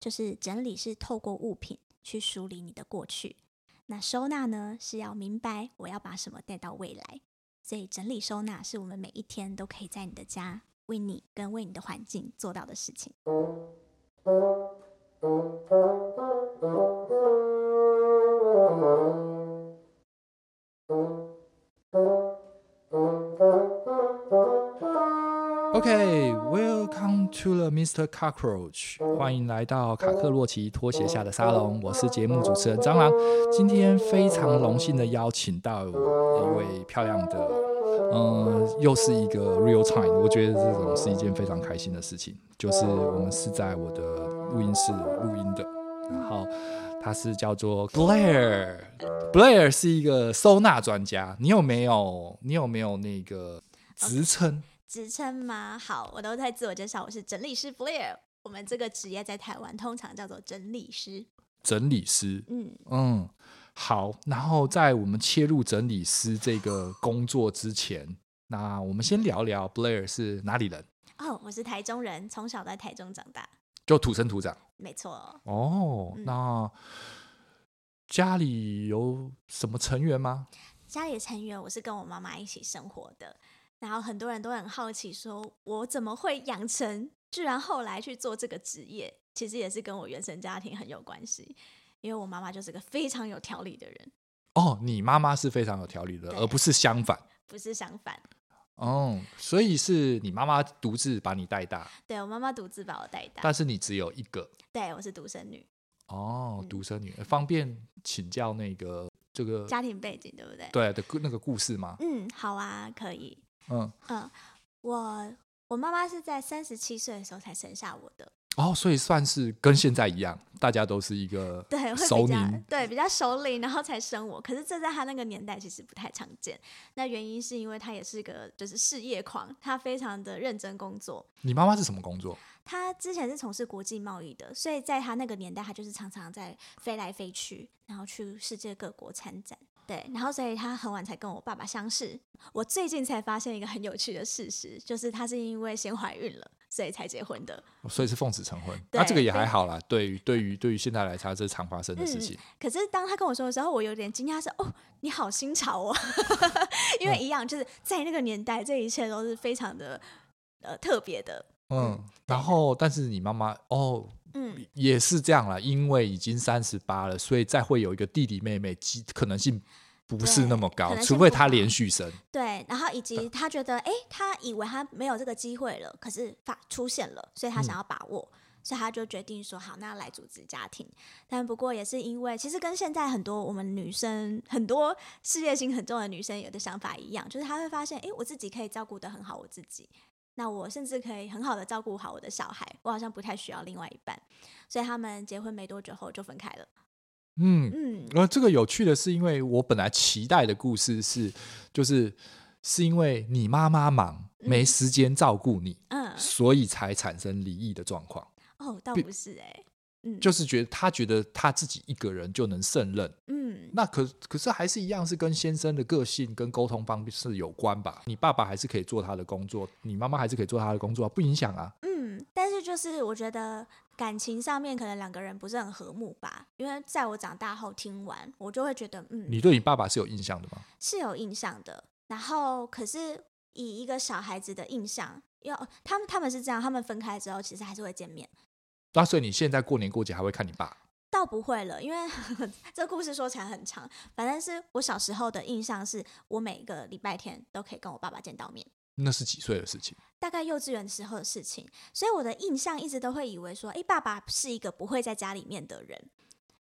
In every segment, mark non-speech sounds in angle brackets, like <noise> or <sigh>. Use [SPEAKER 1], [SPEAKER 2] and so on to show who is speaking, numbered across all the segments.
[SPEAKER 1] 就是整理是透过物品去梳理你的过去，那收纳呢是要明白我要把什么带到未来。所以整理收纳是我们每一天都可以在你的家为你跟为你的环境做到的事情。
[SPEAKER 2] OK，Welcome、to the Mr. Cockroach，欢迎来到卡克洛奇拖鞋下的沙龙，我是节目主持人蟑螂。今天非常荣幸的邀请到一位漂亮的，呃，又是一个 real time，我觉得这种是一件非常开心的事情。就是我们是在我的录音室录音的，然后他是叫做 Blair，Blair 是一个收纳专家。你有没有？你有没有那个职称？
[SPEAKER 1] 职称吗？好，我都在自我介绍，我是整理师 Blair。我们这个职业在台湾通常叫做整理师。
[SPEAKER 2] 整理师？
[SPEAKER 1] 嗯，
[SPEAKER 2] 嗯，好。然后在我们切入整理师这个工作之前，那我们先聊聊 Blair 是哪里人，
[SPEAKER 1] 哦，我是台中人，从小在台中长大，
[SPEAKER 2] 就土生土长。
[SPEAKER 1] 没错。
[SPEAKER 2] 哦，
[SPEAKER 1] 嗯
[SPEAKER 2] 那家里有什么成员吗？
[SPEAKER 1] 家里成员我是跟我妈妈一起生活的，然后很多人都很好奇，说我怎么会养成居然后来去做这个职业？其实也是跟我原生家庭很有关系，因为我妈妈就是个非常有条理的人，
[SPEAKER 2] 哦，你妈妈是非常有条理的，
[SPEAKER 1] 对
[SPEAKER 2] 而不是相反。
[SPEAKER 1] 不是相反。
[SPEAKER 2] 哦，所以是你妈妈独自把你带大，
[SPEAKER 1] 对我妈妈独自把我带大，
[SPEAKER 2] 但是你只有一个
[SPEAKER 1] 对我是独生女，
[SPEAKER 2] 哦，
[SPEAKER 1] 嗯
[SPEAKER 2] 独生女。方便请教那个这个
[SPEAKER 1] 家庭背景对不对？
[SPEAKER 2] 对的故那个故事吗？
[SPEAKER 1] 嗯，好啊，可以。
[SPEAKER 2] 嗯，
[SPEAKER 1] 嗯，我我妈妈是在三十七岁的时候才生下我的，
[SPEAKER 2] 哦，所以算是跟现在一样，大家都是一个
[SPEAKER 1] 对，会
[SPEAKER 2] 熟
[SPEAKER 1] 比较
[SPEAKER 2] 龄
[SPEAKER 1] 对比较熟龄，然后才生我。可是这在他那个年代其实不太常见。那原因是因为他也是个就是事业狂，他非常的认真工作。
[SPEAKER 2] 你妈妈是什么工作？
[SPEAKER 1] 他之前是从事国际贸易的，所以在他那个年代，他就是常常在飞来飞去，然后去世界各国参展。对，然后所以他很晚才跟我爸爸相识。我最近才发现一个很有趣的事实，就是他是因为先怀孕了，所以才结婚的。
[SPEAKER 2] 哦所以是奉子成婚。那、
[SPEAKER 1] 对
[SPEAKER 2] 这个也
[SPEAKER 1] 非
[SPEAKER 2] 还好啦，对于对于对于现在来查，这是常发生的事
[SPEAKER 1] 嗯
[SPEAKER 2] 情。
[SPEAKER 1] 可是当他跟我说的时候，我有点惊讶，说：“哦，你好新潮哦！” <laughs> 因为一样，就是在那个年代，这一切都是非常的呃特别的。
[SPEAKER 2] 嗯，然后但是你妈妈哦。
[SPEAKER 1] 嗯，
[SPEAKER 2] 也是这样啦，因为已经三十八了，所以再会有一个弟弟妹妹，机可能性不是那么
[SPEAKER 1] 可
[SPEAKER 2] 高，
[SPEAKER 1] 能性
[SPEAKER 2] 除非
[SPEAKER 1] 不
[SPEAKER 2] 他
[SPEAKER 1] 高
[SPEAKER 2] 连续生。
[SPEAKER 1] 对。然后以及他觉得，哎，他以为他没有这个机会了，可是发出现了，所以他想要把握。所以他就决定说好，那来组织家庭。但不过也是因为，其实跟现在很多我们女生很多事业心很重的女生有的想法一样，就是她会发现，哎，我自己可以照顾得很好我自己，那我甚至可以很好的照顾好我的小孩，我好像不太需要另外一半，所以他们结婚没多久后就分开了。
[SPEAKER 2] 嗯，
[SPEAKER 1] 嗯，
[SPEAKER 2] 然后这个有趣的是，因为我本来期待的故事是，就是是因为你妈妈忙，
[SPEAKER 1] 嗯
[SPEAKER 2] 没时间照顾你，
[SPEAKER 1] 嗯，
[SPEAKER 2] 所以才产生离异的状况。
[SPEAKER 1] 哦，倒不是哎、嗯，
[SPEAKER 2] 就是觉得她觉得她自己一个人就能胜任，
[SPEAKER 1] 嗯，
[SPEAKER 2] 那可可是还是一样是跟先生的个性跟沟通方式有关吧？你爸爸还是可以做他的工作，你妈妈还是可以做她的工作，不影响啊。
[SPEAKER 1] 嗯，但是就是我觉得感情上面可能两个人不是很和睦吧，因为在我长大后听完，我就会觉得嗯
[SPEAKER 2] 你对你爸爸是有印象的吗？
[SPEAKER 1] 是有印象的。然后可是以一个小孩子的印象，要他们他们是这样，他们分开之后其实还是会见面。
[SPEAKER 2] 那所以你现在过年过节还会看你爸？
[SPEAKER 1] 倒不会了，因为 <laughs> 这故事说起来很长。反正是我小时候的印象是，我每个礼拜天都可以跟我爸爸见到面，
[SPEAKER 2] 那是几岁的事情？
[SPEAKER 1] 大概幼稚园时候的事情。所以我的印象一直都会以为说，诶，爸爸是一个不会在家里面的人。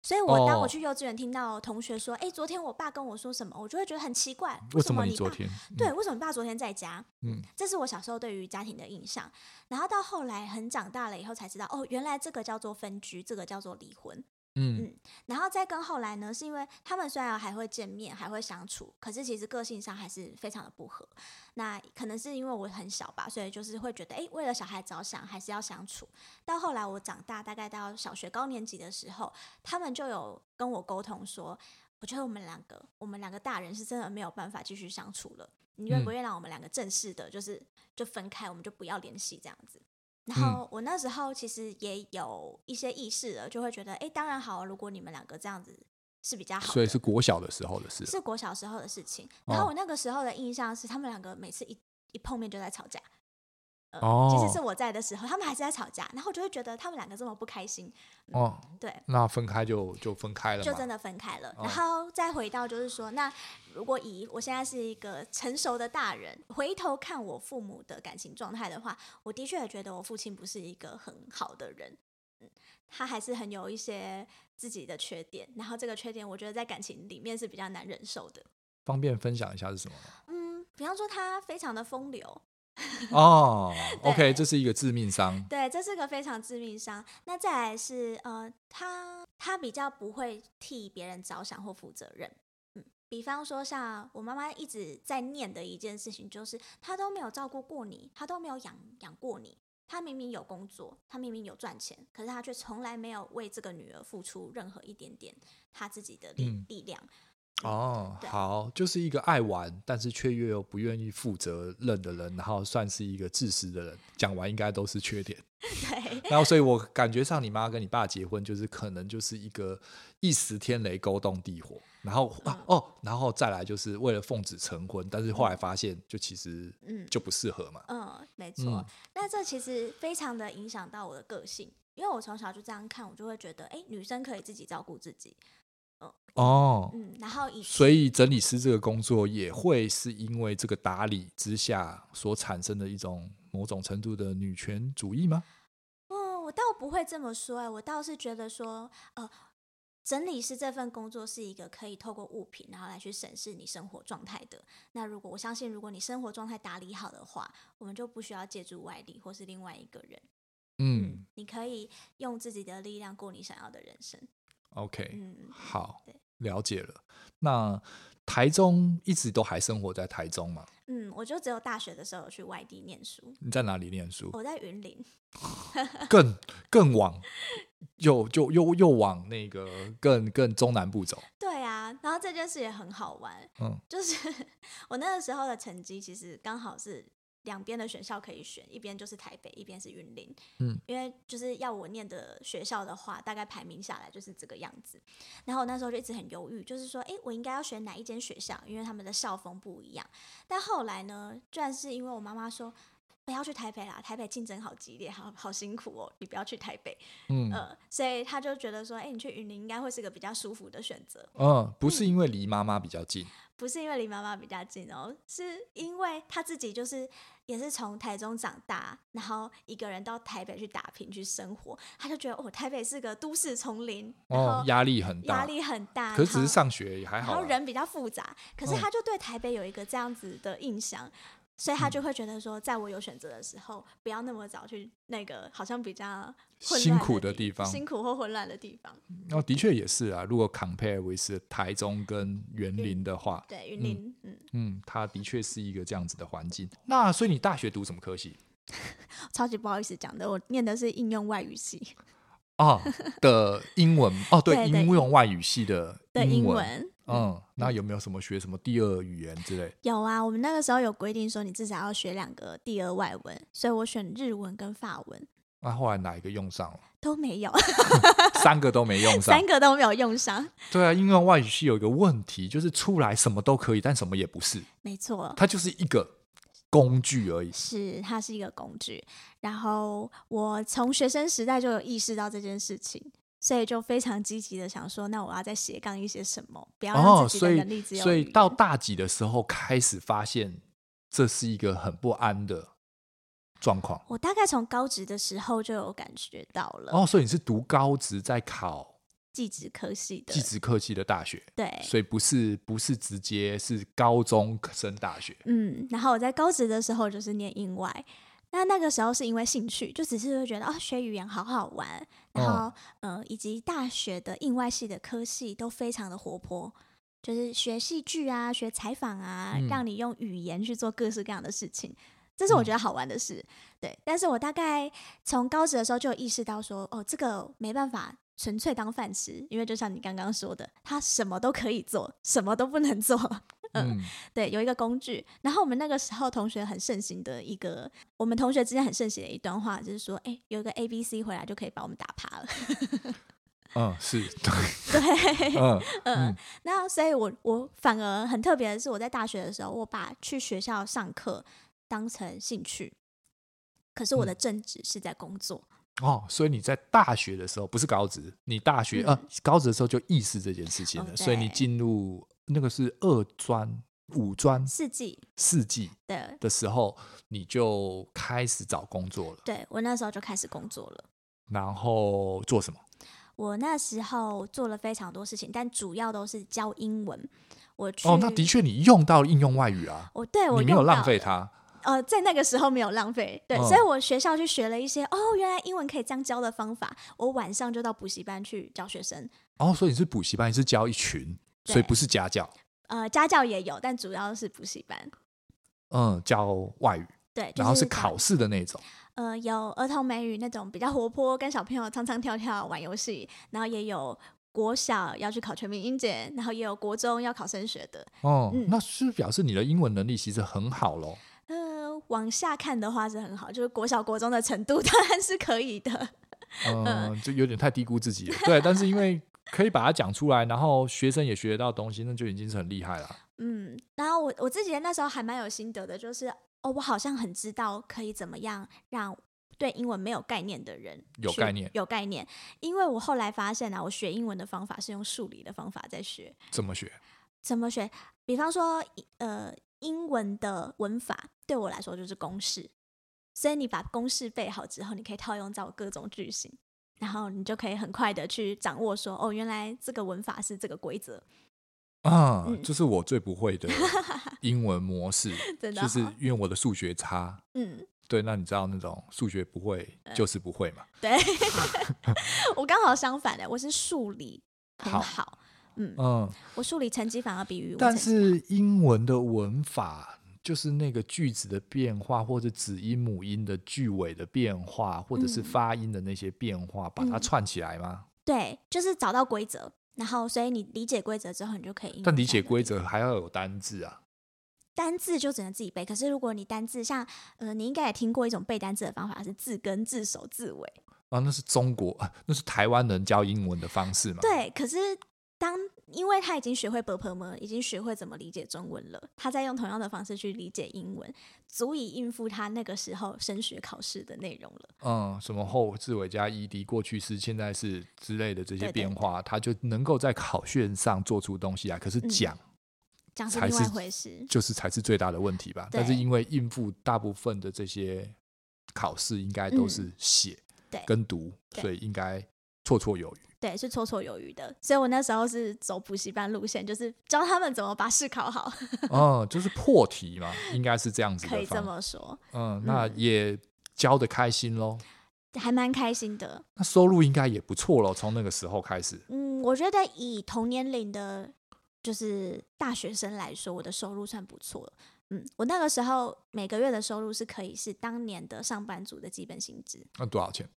[SPEAKER 1] 所以我，当
[SPEAKER 2] 哦
[SPEAKER 1] 我去幼稚园听到同学说，诶，昨天我爸跟我说什么，我就会觉得很奇怪，
[SPEAKER 2] 为什么
[SPEAKER 1] 么
[SPEAKER 2] 你嗯
[SPEAKER 1] 你
[SPEAKER 2] 昨
[SPEAKER 1] 爸？
[SPEAKER 2] 天？
[SPEAKER 1] 对，为什么你爸昨天在家？
[SPEAKER 2] 嗯，
[SPEAKER 1] 这是我小时候对于家庭的印象。然后到后来很长大了以后才知道，哦，原来这个叫做分居，这个叫做离婚。
[SPEAKER 2] 嗯嗯
[SPEAKER 1] 嗯然后再跟后来呢，是因为他们虽然还会见面，还会相处，可是其实个性上还是非常的不合。那可能是因为我很小吧，所以就是会觉得，哎，为了小孩着想，还是要相处。到后来我长大，大概到小学高年级的时候，他们就有跟我沟通说，我觉得我们两个，我们两个大人是真的没有办法继续相处了。你愿不
[SPEAKER 2] 嗯
[SPEAKER 1] 愿意让我们两个正式的，就是就分开，我们就不要联系这样子？然
[SPEAKER 2] 嗯
[SPEAKER 1] 后我那时候其实也有一些意识了，就会觉得，哎，当然好，如果你们两个这样子是比较好的，
[SPEAKER 2] 所以是国小的时候的事。
[SPEAKER 1] 是国小时候的事情。然后
[SPEAKER 2] 哦
[SPEAKER 1] 我那个时候的印象是，他们两个每次一一碰面就在吵架。呃
[SPEAKER 2] 哦
[SPEAKER 1] 其实是我在的时候，他们还是在吵架，然后我就会觉得他们两个这么不开心，
[SPEAKER 2] 哦，
[SPEAKER 1] 对，
[SPEAKER 2] 那分开就就分开了嘛。
[SPEAKER 1] 就真的分开了。
[SPEAKER 2] 哦
[SPEAKER 1] 然后再回到就是说，那如果以我现在是一个成熟的大人，回头看我父母的感情状态的话，我的确也觉得我父亲不是一个很好的人。嗯，他还是很有一些自己的缺点，然后这个缺点我觉得在感情里面是比较难忍受的。
[SPEAKER 2] 方便分享一下是什
[SPEAKER 1] <laughs>
[SPEAKER 2] 么吗？
[SPEAKER 1] 嗯，比方说他非常的风流，
[SPEAKER 2] 哦
[SPEAKER 1] 对
[SPEAKER 2] ，OK，这是一个致命伤。
[SPEAKER 1] 对，这是个非常致命伤。那再来是呃，他他比较不会替别人着想或负责任。嗯，比方说像我妈妈一直在念的一件事情，就是她都没有照顾过你，她都没有养养过你。她明明有工作，她明明有赚钱，可是她却从来没有为这个女儿付出任何一点点她自己的力、
[SPEAKER 2] 嗯
[SPEAKER 1] 力量。 <laughs>
[SPEAKER 2] 哦，
[SPEAKER 1] 对
[SPEAKER 2] 好，就是一个爱玩，但是却又不愿意负责任的人，然后算是一个自私的人。讲完应该都是缺点。
[SPEAKER 1] 对，
[SPEAKER 2] 然后，所以我感觉上，你妈跟你爸结婚，就是可能就是一个一时天雷勾动地火，然后、
[SPEAKER 1] 嗯
[SPEAKER 2] 啊哦，然后再来就是为了奉子成婚，但是后来发现，就其实
[SPEAKER 1] 嗯
[SPEAKER 2] 就不适合嘛。
[SPEAKER 1] 嗯，没错。
[SPEAKER 2] 嗯
[SPEAKER 1] 那这其实非常的影响到我的个性，因为我从小就这样看，我就会觉得，哎、女生可以自己照顾自己。
[SPEAKER 2] 哦，
[SPEAKER 1] 嗯，然后以
[SPEAKER 2] 所以整理师这个工作也会是因为这个打理之下所产生的一种某种程度的女权主义吗？
[SPEAKER 1] 嗯，我倒不会这么说、哎，我倒是觉得说，呃，整理师这份工作是一个可以透过物品，然后来去审视你生活状态的。那如果我相信，如果你生活状态打理好的话，我们就不需要借助外力或是另外一个人。
[SPEAKER 2] 嗯
[SPEAKER 1] 你可以用自己的力量过你想要的人生。
[SPEAKER 2] o k
[SPEAKER 1] 嗯，
[SPEAKER 2] 好
[SPEAKER 1] 对，
[SPEAKER 2] 了解了。那台中一直都还生活在台中嘛？
[SPEAKER 1] 嗯，我就只有大学的时候有去外地念书，
[SPEAKER 2] 你在哪里念书？
[SPEAKER 1] 我在云林。 <laughs>
[SPEAKER 2] 更更往又就又又往那个更更中南部走。
[SPEAKER 1] 对啊，然后这件事也很好玩，
[SPEAKER 2] 嗯，
[SPEAKER 1] 就是 <laughs> 我那个时候的成绩其实刚好是两边的学校可以选，一边就是台北，一边是云林。
[SPEAKER 2] 嗯，
[SPEAKER 1] 因为就是要我念的学校的话，大概排名下来就是这个样子。然后我那时候就一直很犹豫，就是说，诶，我应该要选哪一间学校，因为他们的校风不一样。但后来呢，居然是因为我妈妈说。不要去台北啦，台北竞争好激烈，好好辛苦哦，你不要去台北。
[SPEAKER 2] 嗯
[SPEAKER 1] 呃，所以她就觉得说，诶，你去云林应该会是个比较舒服的选择。
[SPEAKER 2] 嗯，不是因为离妈妈比较近，
[SPEAKER 1] 不是因为离妈妈比较近哦，是因为他自己就是也是从台中长大，然后一个人到台北去打拼去生活，他就觉得哦，台北是个都市丛林，然
[SPEAKER 2] 哦
[SPEAKER 1] 后，
[SPEAKER 2] 压力很大，
[SPEAKER 1] 压力很大，
[SPEAKER 2] 可是只是
[SPEAKER 1] 然后
[SPEAKER 2] 上学也还
[SPEAKER 1] 然
[SPEAKER 2] 好
[SPEAKER 1] 后
[SPEAKER 2] 啦。
[SPEAKER 1] 人比较复杂，可是
[SPEAKER 2] 嗯
[SPEAKER 1] 他就对台北有一个这样子的印象。所
[SPEAKER 2] 嗯
[SPEAKER 1] 以他就会觉得说，在我有选择的时候，不要那么早去那个好像比较混乱
[SPEAKER 2] 辛苦的
[SPEAKER 1] 的
[SPEAKER 2] 地方
[SPEAKER 1] 辛苦或混乱的地方。
[SPEAKER 2] 哦，的确也是啊。如果 compare with 是台中跟园林的话，
[SPEAKER 1] 对，云林，嗯，
[SPEAKER 2] 嗯，它的确是一个这样子的环境。那所以你大学读什么科系
[SPEAKER 1] 超级不好意思讲的，我念的是应用外语系
[SPEAKER 2] 哦的英文哦，对，
[SPEAKER 1] 对对
[SPEAKER 2] 应用外语系的
[SPEAKER 1] 的
[SPEAKER 2] 英
[SPEAKER 1] 英文
[SPEAKER 2] 嗯，那有没有什么学什么第二语言之类？
[SPEAKER 1] 有啊，我们那个时候有规定说你至少要学两个第二外文，所以我选日文跟法文
[SPEAKER 2] 那后来哪一个用上了？
[SPEAKER 1] 都没有，
[SPEAKER 2] 啊三个都没用上
[SPEAKER 1] 三。个都没有用上。
[SPEAKER 2] 对啊，应用外语系有一个问题，就是出来什么都可以，但什么也不是，
[SPEAKER 1] 没错，
[SPEAKER 2] 它就是一个工具而已。
[SPEAKER 1] 是它是一个工具。然后我从学生时代就有意识到这件事情，所以就非常积极的想说，那我要再斜杠一些什么，不要让
[SPEAKER 2] 哦，
[SPEAKER 1] 自己
[SPEAKER 2] 所
[SPEAKER 1] 的
[SPEAKER 2] 以
[SPEAKER 1] 能力只有
[SPEAKER 2] 所以
[SPEAKER 1] 语言
[SPEAKER 2] 到大几的时候开始发现这是一个很不安的状况。
[SPEAKER 1] 我大概从高职的时候就有感觉到了，
[SPEAKER 2] 哦，所以你是读高职在考
[SPEAKER 1] 技职科系的
[SPEAKER 2] 技，职科技的大学，
[SPEAKER 1] 对，
[SPEAKER 2] 所以不是不是直接是高中升大学。
[SPEAKER 1] 嗯，然后我在高职的时候就是念英外，那那个时候是因为兴趣，就只是会觉得哦，学语言好好玩，然后、
[SPEAKER 2] 哦
[SPEAKER 1] 呃，以及大学的应外系的科系都非常的活泼，就是学戏剧啊，学采访啊，
[SPEAKER 2] 嗯嗯
[SPEAKER 1] 让你用语言去做各式各样的事情。这是我觉得好玩的事，对。但是我大概从高职的时候就有意识到说，哦，这个没办法纯粹当饭吃，因为就像你刚刚说的，他什么都可以做，什么都不能做。嗯，对，有一个工具。然后我们那个时候同学很盛行的一个，我们同学之间很盛行的一段话，就是说，哎、有一个 A B C 回来就可以把我们打趴了。
[SPEAKER 2] 嗯，是，
[SPEAKER 1] 对，
[SPEAKER 2] 嗯
[SPEAKER 1] <laughs> 嗯，那所以我我反而很特别的是，我在大学的时候，我把去学校上课当成兴趣，可是
[SPEAKER 2] 嗯
[SPEAKER 1] 我的正职是在工作。
[SPEAKER 2] 哦，所以你在大学的时候不是高职，你大学、
[SPEAKER 1] 嗯
[SPEAKER 2] 呃高职的时候就意识这件事情
[SPEAKER 1] 哦
[SPEAKER 2] 了，所以你
[SPEAKER 1] 对
[SPEAKER 2] 进入那个是二专、五专、
[SPEAKER 1] 四季
[SPEAKER 2] 四季
[SPEAKER 1] 对，
[SPEAKER 2] 的时候，你就开始找工作了，
[SPEAKER 1] 对我那时候就开始工作了。
[SPEAKER 2] 然后做什么？
[SPEAKER 1] 我那时候做了非常多事情，但主要都是教英文。我去
[SPEAKER 2] 哦，那的确你用到应用外语啊，
[SPEAKER 1] 我对我
[SPEAKER 2] 你没有
[SPEAKER 1] 用到
[SPEAKER 2] 浪费
[SPEAKER 1] 了
[SPEAKER 2] 它。
[SPEAKER 1] 呃，在那个时候没有浪费，对，
[SPEAKER 2] 嗯
[SPEAKER 1] 所以我学校去学了一些哦，原来英文可以这样教的方法。我晚上就到补习班去教学生，
[SPEAKER 2] 哦，所以你是补习班，你是教一群，所
[SPEAKER 1] 对
[SPEAKER 2] 以不是家教，
[SPEAKER 1] 呃，家教也有，但主要是补习班。
[SPEAKER 2] 嗯，教外语，
[SPEAKER 1] 对，就
[SPEAKER 2] 然后是
[SPEAKER 1] 是
[SPEAKER 2] 考
[SPEAKER 1] 教
[SPEAKER 2] 试的那种。
[SPEAKER 1] 呃有儿童美语那种比较活泼，跟小朋友唱唱跳跳玩游戏，然后也有国小要去考全民英检，然后也有国中要考升学的。
[SPEAKER 2] 哦，
[SPEAKER 1] 嗯
[SPEAKER 2] 那是不是表示你的英文能力其实很好喽。
[SPEAKER 1] 呃，往下看的话是很好，就是国小国中的程度 <laughs> 当然是可以的。
[SPEAKER 2] 嗯，就有点太低估自己了。对，但是因为可以把它讲出来，然后学生也学得到东西，那就已经是很厉害了。
[SPEAKER 1] 嗯，然后我我自己那时候还蛮有心得的，就是哦，我好像很知道可以怎么样让对英文没有概念的人
[SPEAKER 2] 有
[SPEAKER 1] 去
[SPEAKER 2] 概念
[SPEAKER 1] 有概念。因为我后来发现啊，我学英文的方法是用数理的方法在学，
[SPEAKER 2] 怎么学？
[SPEAKER 1] 怎么学？比方说，呃，英文的文法对我来说就是公式，所以你把公式背好之后，你可以套用到各种句型，然后你就可以很快的去掌握说，哦，原来这个文法是这个规则，
[SPEAKER 2] 啊、
[SPEAKER 1] 嗯
[SPEAKER 2] 这是我最不会的英文模式，
[SPEAKER 1] <laughs> 真的、
[SPEAKER 2] 就
[SPEAKER 1] 哦，
[SPEAKER 2] 是因为我的数学差。
[SPEAKER 1] 嗯，
[SPEAKER 2] 对，那你知道那种数学不会就是不会嘛？
[SPEAKER 1] 对， <laughs> 我刚好相反的，我是数理很
[SPEAKER 2] 好
[SPEAKER 1] 好，嗯，
[SPEAKER 2] 嗯，
[SPEAKER 1] 我数理成绩反而比语文
[SPEAKER 2] 但
[SPEAKER 1] 成绩
[SPEAKER 2] 是英文的文法。就是那个句子的变化，或者子音母音的句尾的变化，或者是
[SPEAKER 1] 嗯
[SPEAKER 2] 发音的那些变化，把它
[SPEAKER 1] 嗯
[SPEAKER 2] 串起来吗？
[SPEAKER 1] 对，就是找到规则，然后所以你理解规则之后，你就可以应用
[SPEAKER 2] 但理
[SPEAKER 1] 在
[SPEAKER 2] 解
[SPEAKER 1] 那
[SPEAKER 2] 规
[SPEAKER 1] 里
[SPEAKER 2] 则还要有单字啊。
[SPEAKER 1] 单字就只能自己背，可是如果你单字像呃，你应该也听过一种背单字的方法是字根、字首、字尾。
[SPEAKER 2] 啊，那是中国， <laughs> 啊那是台湾人教英文的方式嘛？，
[SPEAKER 1] 对，可是当因为他已经学会 b u r p 已经学会怎么理解中文了，他再用同样的方式去理解英文，足以应付他那个时候升学考试的内容了。
[SPEAKER 2] 嗯，什么后字尾加 ed，过 E 去式、现在式之类的这些
[SPEAKER 1] 对对
[SPEAKER 2] 变化，他就能够在考卷上做出东西来。啊可是
[SPEAKER 1] 嗯
[SPEAKER 2] 讲、
[SPEAKER 1] 讲是
[SPEAKER 2] 才
[SPEAKER 1] 另外一
[SPEAKER 2] 是
[SPEAKER 1] 回事。
[SPEAKER 2] 就是才是最大的问题吧。但是
[SPEAKER 1] 对
[SPEAKER 2] 因为应付大部分的这些考试，应该都
[SPEAKER 1] 嗯
[SPEAKER 2] 是写、
[SPEAKER 1] 对
[SPEAKER 2] 跟读，
[SPEAKER 1] 对
[SPEAKER 2] 所以应该绰绰有余。
[SPEAKER 1] 对，是绰绰有余的。所以我那时候是走补习班路线，就是教他们怎么把试考好， <laughs>
[SPEAKER 2] 嗯，就是破题嘛，应该是这样子
[SPEAKER 1] 可
[SPEAKER 2] 的
[SPEAKER 1] 以这
[SPEAKER 2] 方。
[SPEAKER 1] 么说，
[SPEAKER 2] 嗯，那
[SPEAKER 1] 嗯
[SPEAKER 2] 也教的开心喽。
[SPEAKER 1] 还蛮开心的。
[SPEAKER 2] 那收入应该也不错喽，从那个时候开始。
[SPEAKER 1] 嗯，我觉得以同年龄的，就是大学生来说，我的收入算不错了。嗯，我那个时候每个月的收入是可以是当年的上班族的基本薪资。
[SPEAKER 2] 那多少钱？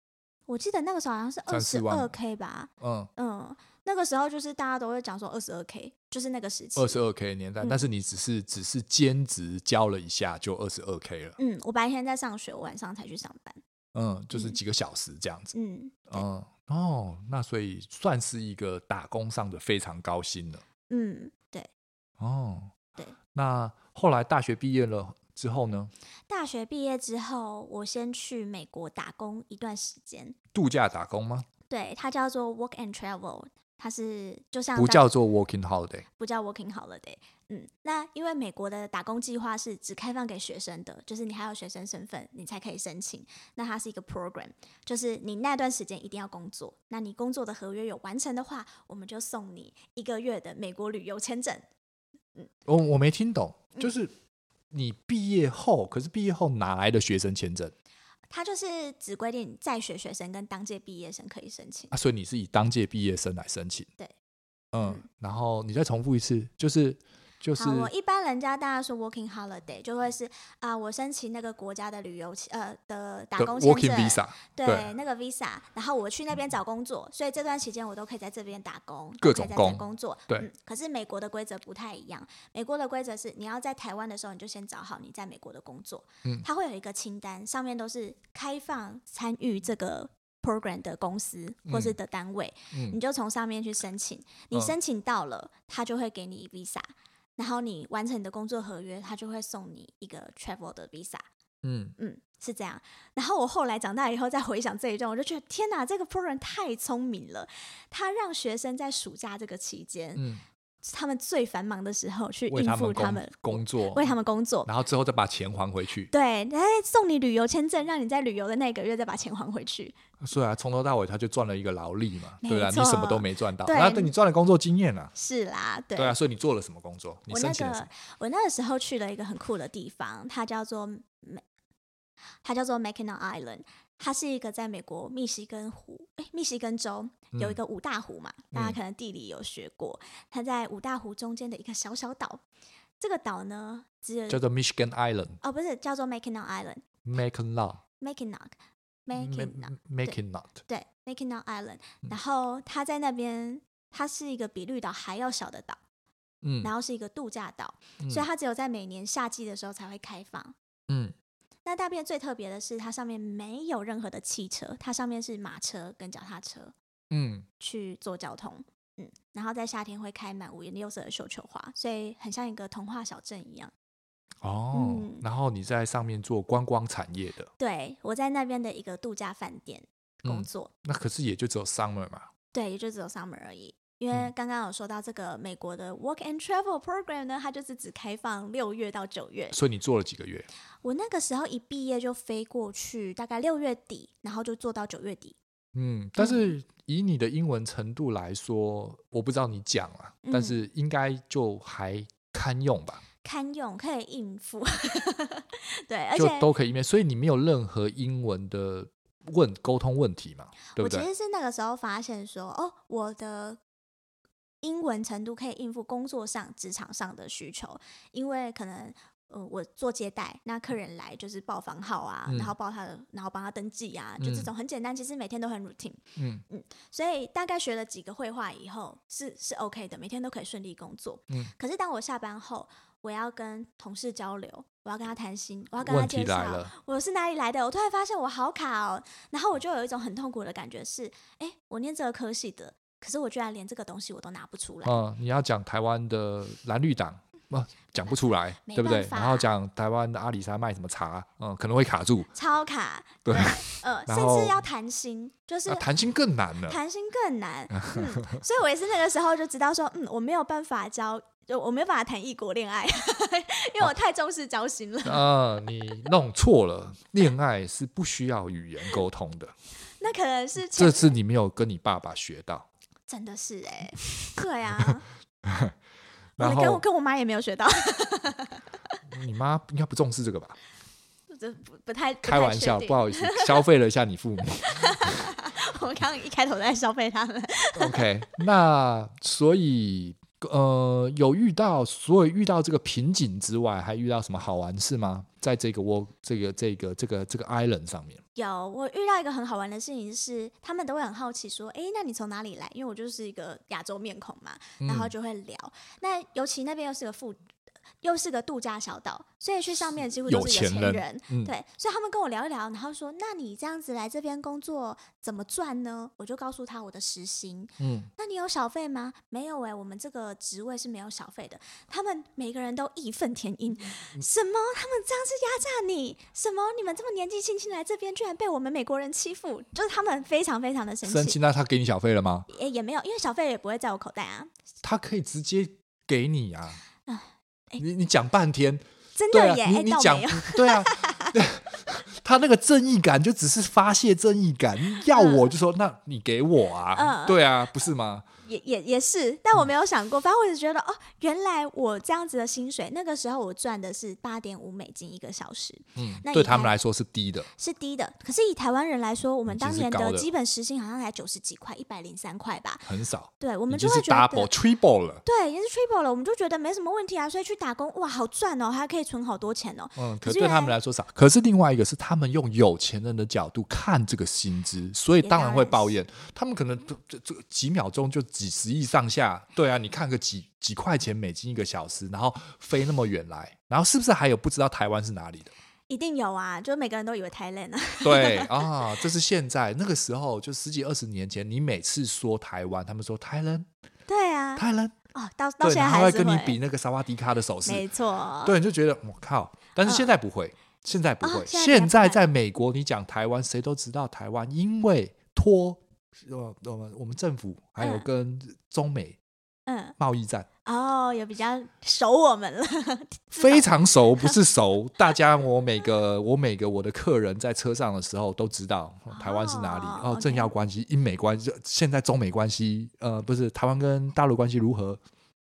[SPEAKER 1] 我记得那个时候好像是二十
[SPEAKER 2] 32
[SPEAKER 1] 二
[SPEAKER 2] 万
[SPEAKER 1] k 吧，
[SPEAKER 2] 嗯，
[SPEAKER 1] 嗯，那个时候就是大家都会讲说二十二 k，就是那个时期
[SPEAKER 2] 二。十二 k 年代，
[SPEAKER 1] 嗯
[SPEAKER 2] 但是你只是只是兼职教了一下就二十二 k 了，
[SPEAKER 1] 嗯，我白天在上学，我晚上才去上班。
[SPEAKER 2] 嗯，就是
[SPEAKER 1] 嗯
[SPEAKER 2] 几个小时这样子，
[SPEAKER 1] 嗯
[SPEAKER 2] 嗯，哦，那所以算是一个打工上的非常高薪了，
[SPEAKER 1] 嗯，对。
[SPEAKER 2] 哦，
[SPEAKER 1] 对，
[SPEAKER 2] 那后来大学毕业了之后呢，
[SPEAKER 1] 大学毕业之后，我先去美国打工一段时间，
[SPEAKER 2] 度假打工吗？
[SPEAKER 1] 对，它叫做 work and travel，它是就像
[SPEAKER 2] 不
[SPEAKER 1] 大
[SPEAKER 2] 叫做 working holiday，
[SPEAKER 1] 不叫 working holiday。嗯，那因为美国的打工计划是只开放给学生的，就是你还有学生身份，你才可以申请。那它是一个 program，就是你那段时间一定要工作。那你工作的合约有完成的话，我们就送你一个月的美国旅游签证。
[SPEAKER 2] 我我没听懂，
[SPEAKER 1] 嗯
[SPEAKER 2] 就是你毕业后，可是毕业后哪来的学生签证
[SPEAKER 1] 它就是只规定在学学生跟当届毕业生可以申请。
[SPEAKER 2] 啊？所以你是以当届毕业生来申请，
[SPEAKER 1] 对，
[SPEAKER 2] 嗯
[SPEAKER 1] 嗯，
[SPEAKER 2] 然后你再重复一次，就是。就是
[SPEAKER 1] 好，我一般人家大家说 working holiday 就会是啊、我申请那个国家的旅游签呃的打
[SPEAKER 2] 的
[SPEAKER 1] 工签
[SPEAKER 2] working
[SPEAKER 1] 证
[SPEAKER 2] visa，
[SPEAKER 1] 对
[SPEAKER 2] 对
[SPEAKER 1] 那个 visa，然后我去那边找工作，所以这段期间我都可以在这边打工，
[SPEAKER 2] 各
[SPEAKER 1] 都可以在
[SPEAKER 2] 种
[SPEAKER 1] 这
[SPEAKER 2] 工
[SPEAKER 1] 工作。
[SPEAKER 2] 对
[SPEAKER 1] 嗯，可是美国的规则不太一样，美国的规则是你要在台湾的时候，你就先找好你在美国的工作，
[SPEAKER 2] 嗯
[SPEAKER 1] 它会有一个清单，上面都是开放参与这个 program 的公司或是
[SPEAKER 2] 嗯
[SPEAKER 1] 的单位，
[SPEAKER 2] 嗯
[SPEAKER 1] 你就从上面去申请，你
[SPEAKER 2] 嗯
[SPEAKER 1] 申请到了，他就会给你 visa，然后你完成你的工作合约，他就会送你一个 travel 的 visa，
[SPEAKER 2] 嗯，
[SPEAKER 1] 嗯，是这样。然后我后来长大以后再回想这一段，我就觉得天哪，这个 program 太聪明了，他让学生在暑假这个期间，
[SPEAKER 2] 嗯，
[SPEAKER 1] 他们最繁忙的时候去
[SPEAKER 2] 为
[SPEAKER 1] 应付
[SPEAKER 2] 们
[SPEAKER 1] 他
[SPEAKER 2] 工
[SPEAKER 1] 们，
[SPEAKER 2] 工作，
[SPEAKER 1] 为他们工作。
[SPEAKER 2] 然后之后再把钱还回去。
[SPEAKER 1] 对，哎，送你旅游签证，让你在旅游的那个月再把钱还回去。
[SPEAKER 2] 是啊，从头到尾他就赚了一个劳力嘛，对啊，
[SPEAKER 1] 没
[SPEAKER 2] 你
[SPEAKER 1] 错
[SPEAKER 2] 什么都没赚到，啊
[SPEAKER 1] 对
[SPEAKER 2] 那你赚了工作经验啊，
[SPEAKER 1] 是啦，对，
[SPEAKER 2] 对啊，所以你做了什么工作？你
[SPEAKER 1] 我
[SPEAKER 2] 申
[SPEAKER 1] 那
[SPEAKER 2] 请了什
[SPEAKER 1] 个
[SPEAKER 2] 么？
[SPEAKER 1] 我那个时候去了一个很酷的地方，它叫做美，它叫做 Mackinac Island，它是一个在美国密西根湖，哎，密西根州有一
[SPEAKER 2] 嗯
[SPEAKER 1] 个五大湖嘛，大
[SPEAKER 2] 嗯
[SPEAKER 1] 家可能地理有学过，它在五大湖中间的一个小小岛，这个岛呢只有
[SPEAKER 2] 叫做 Michigan Island
[SPEAKER 1] 哦不是叫做 Mackinac Island，Mackinac。
[SPEAKER 2] Making Law。嗯
[SPEAKER 1] Mackinac
[SPEAKER 2] making not，
[SPEAKER 1] 对 Mackinac Island，
[SPEAKER 2] 嗯
[SPEAKER 1] 然后它在那边，它是一个比绿岛还要小的岛，
[SPEAKER 2] 嗯，
[SPEAKER 1] 然后是一个度假岛，
[SPEAKER 2] 嗯
[SPEAKER 1] 所以它只有在每年夏季的时候才会开放。
[SPEAKER 2] 嗯
[SPEAKER 1] 那大便最特别的是，它上面没有任何的汽车，它上面是马车跟脚踏车
[SPEAKER 2] 嗯
[SPEAKER 1] 去做交通。嗯，然后在夏天会开满五颜六色的绣球花，所以很像一个童话小镇一样。
[SPEAKER 2] 哦
[SPEAKER 1] 嗯，
[SPEAKER 2] 然后你在上面做观光产业的，
[SPEAKER 1] 对我在那边的一个度假饭店工
[SPEAKER 2] 嗯
[SPEAKER 1] 作，
[SPEAKER 2] 那可是也就只有 summer 嘛，
[SPEAKER 1] 对，也就只有 summer 而已。因为
[SPEAKER 2] 嗯
[SPEAKER 1] 刚刚有说到这个美国的 work and travel program 呢，它就是只开放六月到九月。
[SPEAKER 2] 所以你做了几个月，
[SPEAKER 1] 我那个时候一毕业就飞过去，大概六月底，然后就做到九月底。
[SPEAKER 2] 嗯，但是以你的英文程度来说，我不知道你讲了，但
[SPEAKER 1] 嗯
[SPEAKER 2] 是应该就还堪用吧，
[SPEAKER 1] 堪用，可以应付。 <laughs> 对，而
[SPEAKER 2] 就
[SPEAKER 1] 且
[SPEAKER 2] 都可以面，所以你没有任何英文的问沟通问题嘛，对
[SPEAKER 1] 我
[SPEAKER 2] 不
[SPEAKER 1] 其
[SPEAKER 2] 对？
[SPEAKER 1] 实是那个时候发现说，哦，我的英文程度可以应付工作上、职场上的需求，因为可能。呃，我做接待，那客人来就是报房号啊，
[SPEAKER 2] 嗯
[SPEAKER 1] 然后报他的，然后帮他登记啊，就这
[SPEAKER 2] 嗯
[SPEAKER 1] 种很简单，其实每天都很 routine，
[SPEAKER 2] 嗯
[SPEAKER 1] 所以大概学了几个绘画以后是是 OK 的，每天都可以顺利工作。
[SPEAKER 2] 嗯，
[SPEAKER 1] 可是当我下班后，我要跟同事交流，我要跟他谈心，我要跟他
[SPEAKER 2] 问题
[SPEAKER 1] 介绍
[SPEAKER 2] 来，了，
[SPEAKER 1] 我是哪里来的？我突然发现我好卡哦，然后我就有一种很痛苦的感觉是，哎，我念这个科系的，可是我居然连这个东西我都拿不出来，
[SPEAKER 2] 嗯，你要讲台湾的蓝
[SPEAKER 1] <laughs>
[SPEAKER 2] 绿党。不、讲不出来，
[SPEAKER 1] 没
[SPEAKER 2] 对不对
[SPEAKER 1] 办？法
[SPEAKER 2] 然后讲台湾的阿里山卖什么茶，嗯，可能会卡住。
[SPEAKER 1] 超卡。
[SPEAKER 2] 对，
[SPEAKER 1] 呃，
[SPEAKER 2] <laughs> 然
[SPEAKER 1] 甚
[SPEAKER 2] 后
[SPEAKER 1] 至要谈心，就是
[SPEAKER 2] 那啊谈心更难
[SPEAKER 1] <laughs>
[SPEAKER 2] 了。
[SPEAKER 1] 谈心更
[SPEAKER 2] <laughs>
[SPEAKER 1] 难。嗯，所以我也是那个时候就知道说，嗯，我没有办法交，就我没有办法谈异国恋爱， <laughs> 因为我太重视交
[SPEAKER 2] <laughs>
[SPEAKER 1] 心了。
[SPEAKER 2] 啊，你弄错了，恋爱是不需要语言沟通
[SPEAKER 1] <laughs>
[SPEAKER 2] 的，
[SPEAKER 1] 那可能是前
[SPEAKER 2] 这次你没有跟你爸爸学到。
[SPEAKER 1] 真的是哎、对啊，我
[SPEAKER 2] <laughs> 然
[SPEAKER 1] 跟我
[SPEAKER 2] 后
[SPEAKER 1] 跟我妈也没有学到， <laughs>
[SPEAKER 2] 你妈应该不重视这个吧？
[SPEAKER 1] 这不不太
[SPEAKER 2] 开玩笑，不
[SPEAKER 1] 好，
[SPEAKER 2] 好意思，消费了一下你父母。
[SPEAKER 1] 我刚刚一开头在消费他们。
[SPEAKER 2] OK，那所以呃，有遇到，所以遇到这个瓶颈之外，还遇到什么好玩事吗？在这个窝，这个这个这个这个 island 上面，
[SPEAKER 1] 有，我遇到一个很好玩的事情是，他们都会很好奇说：“诶，那你从哪里来？”因为我就是一个亚洲面孔嘛，然后
[SPEAKER 2] 嗯
[SPEAKER 1] 就会聊。那尤其那边又是个富，又是个度假小岛，所以去上面几乎
[SPEAKER 2] 有
[SPEAKER 1] 都是有
[SPEAKER 2] 钱
[SPEAKER 1] 钱
[SPEAKER 2] 人
[SPEAKER 1] 人。
[SPEAKER 2] 嗯
[SPEAKER 1] 对，所以他们跟我聊一聊，然后说：“那你这样子来这边工作怎么赚呢？”我就告诉他我的时薪。
[SPEAKER 2] 嗯，
[SPEAKER 1] 那你有小费吗？没有诶，欸我们这个职位是没有小费的。他们每个人都义愤填膺，
[SPEAKER 2] 嗯
[SPEAKER 1] 什么？他们这样是压榨你？什么？你们这么年纪轻轻来这边，居然被我们美国人欺负？就是他们非常非常的生
[SPEAKER 2] 生
[SPEAKER 1] 气，
[SPEAKER 2] 气，那他给你小费了吗？
[SPEAKER 1] 也也没有，因为小费也不会在我口袋啊。
[SPEAKER 2] 他可以直接给你啊
[SPEAKER 1] 哎。
[SPEAKER 2] 你你讲半天，
[SPEAKER 1] 真
[SPEAKER 2] 对
[SPEAKER 1] 的
[SPEAKER 2] 啊，
[SPEAKER 1] 耶，
[SPEAKER 2] 你
[SPEAKER 1] 哎、
[SPEAKER 2] 你
[SPEAKER 1] 倒
[SPEAKER 2] 讲
[SPEAKER 1] 没有，
[SPEAKER 2] 对啊， <laughs> 他那个正义感就只是发泄正义感，要我就说，那你给我啊，
[SPEAKER 1] 嗯
[SPEAKER 2] 对啊，不是吗？
[SPEAKER 1] 也也也是，但我
[SPEAKER 2] 嗯
[SPEAKER 1] 没有想过，反正我只觉得哦，原来我这样子的薪水，那个时候我赚的是八点五美金一个小时，
[SPEAKER 2] 嗯
[SPEAKER 1] 那，
[SPEAKER 2] 对
[SPEAKER 1] 以
[SPEAKER 2] 他们
[SPEAKER 1] 台
[SPEAKER 2] 来说是低的，
[SPEAKER 1] 是低的。可是以台湾人来说，我们
[SPEAKER 2] 嗯其
[SPEAKER 1] 当
[SPEAKER 2] 实
[SPEAKER 1] 年
[SPEAKER 2] 高
[SPEAKER 1] 的
[SPEAKER 2] 的
[SPEAKER 1] 基本时薪好像才九十几块，一百零三块吧。
[SPEAKER 2] 很少，
[SPEAKER 1] 对，我
[SPEAKER 2] 我
[SPEAKER 1] 们
[SPEAKER 2] 就
[SPEAKER 1] 会
[SPEAKER 2] 是
[SPEAKER 1] 觉得
[SPEAKER 2] double、triple 了。
[SPEAKER 1] 对，也是 triple 了，我们就觉得没什么问题啊，所以去打工哇，好赚哦，还可以存好多钱哦。
[SPEAKER 2] 嗯，
[SPEAKER 1] 可
[SPEAKER 2] 可
[SPEAKER 1] 是
[SPEAKER 2] 对
[SPEAKER 1] 原
[SPEAKER 2] 他们
[SPEAKER 1] 来
[SPEAKER 2] 来说少。可是另外一个是，他们用有钱人的角度看这个薪资，所以
[SPEAKER 1] 也
[SPEAKER 2] 当
[SPEAKER 1] 当
[SPEAKER 2] 然会
[SPEAKER 1] 然
[SPEAKER 2] 抱
[SPEAKER 1] 是
[SPEAKER 2] 怨。他们可能这这这几秒钟就几十亿上下，对啊，你看个几几块钱美金一个小时，然后飞那么远来，然后是不是还有不知道台湾是哪里的？ <laughs>
[SPEAKER 1] 一定有啊，就每个人都以为 Thailand 啊，
[SPEAKER 2] 对啊，这是现在那个时候，就十几二十年前，你每次说台湾，他们说台湾，
[SPEAKER 1] <laughs> 对啊，
[SPEAKER 2] 台湾，
[SPEAKER 1] 哦，到到现
[SPEAKER 2] 对，
[SPEAKER 1] 在
[SPEAKER 2] 然后还
[SPEAKER 1] 还是
[SPEAKER 2] 跟你比那个萨瓦迪卡的手势，
[SPEAKER 1] 没错，
[SPEAKER 2] 对，你就觉得我靠，但是现在不会，现在不
[SPEAKER 1] 哦
[SPEAKER 2] 会，
[SPEAKER 1] 啊嗯现在比
[SPEAKER 2] 现
[SPEAKER 1] 较快
[SPEAKER 2] 在在美国，你讲台湾，谁都知道台湾，因为托呃我们我们政府还有
[SPEAKER 1] 嗯
[SPEAKER 2] 跟中美
[SPEAKER 1] 嗯，
[SPEAKER 2] 贸易战、
[SPEAKER 1] 哦，有比较熟我们了， <laughs>
[SPEAKER 2] 非常熟，不是熟，大家我每个我每个我的客人在车上的时候都知道台湾是哪里，
[SPEAKER 1] 哦
[SPEAKER 2] 哦，政要
[SPEAKER 1] OK
[SPEAKER 2] 关系、英美关系，现在中美关系，呃，不是台湾跟大陆关系如何？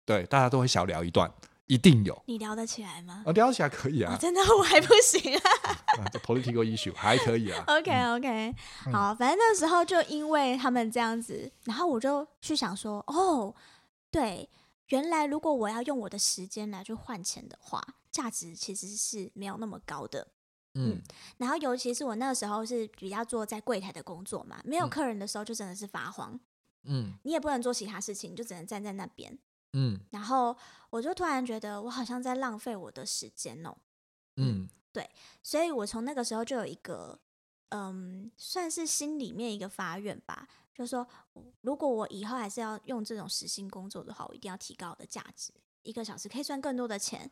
[SPEAKER 2] 对，大家都会小聊一段，一定有。
[SPEAKER 1] 你聊得起来吗？
[SPEAKER 2] 啊，聊起来可以啊
[SPEAKER 1] <laughs> 哦、，真的我还不行啊。
[SPEAKER 2] 啊这 political issue 还可以啊。
[SPEAKER 1] OK OK，、好，反正那时候就因为他们这样子，然后我就去想说，哦，对，原来如果我要用我的时间来去换钱的话，价值其实是没有那么高的。
[SPEAKER 2] 嗯，
[SPEAKER 1] 然后尤其是我那时候是比较做在柜台的工作嘛，没有
[SPEAKER 2] 嗯
[SPEAKER 1] 客人的时候就真的是发慌，
[SPEAKER 2] 嗯
[SPEAKER 1] 你也不能做其他事情，你就只能站在那边。
[SPEAKER 2] 嗯
[SPEAKER 1] 然后我就突然觉得我好像在浪费我的时间哦，
[SPEAKER 2] 嗯
[SPEAKER 1] 所以我从那个时候就有一个，嗯，算是心里面一个发愿吧，就说如果我以后还是要用这种时薪工作的话，我一定要提高我的价值，一个小时可以赚更多的钱，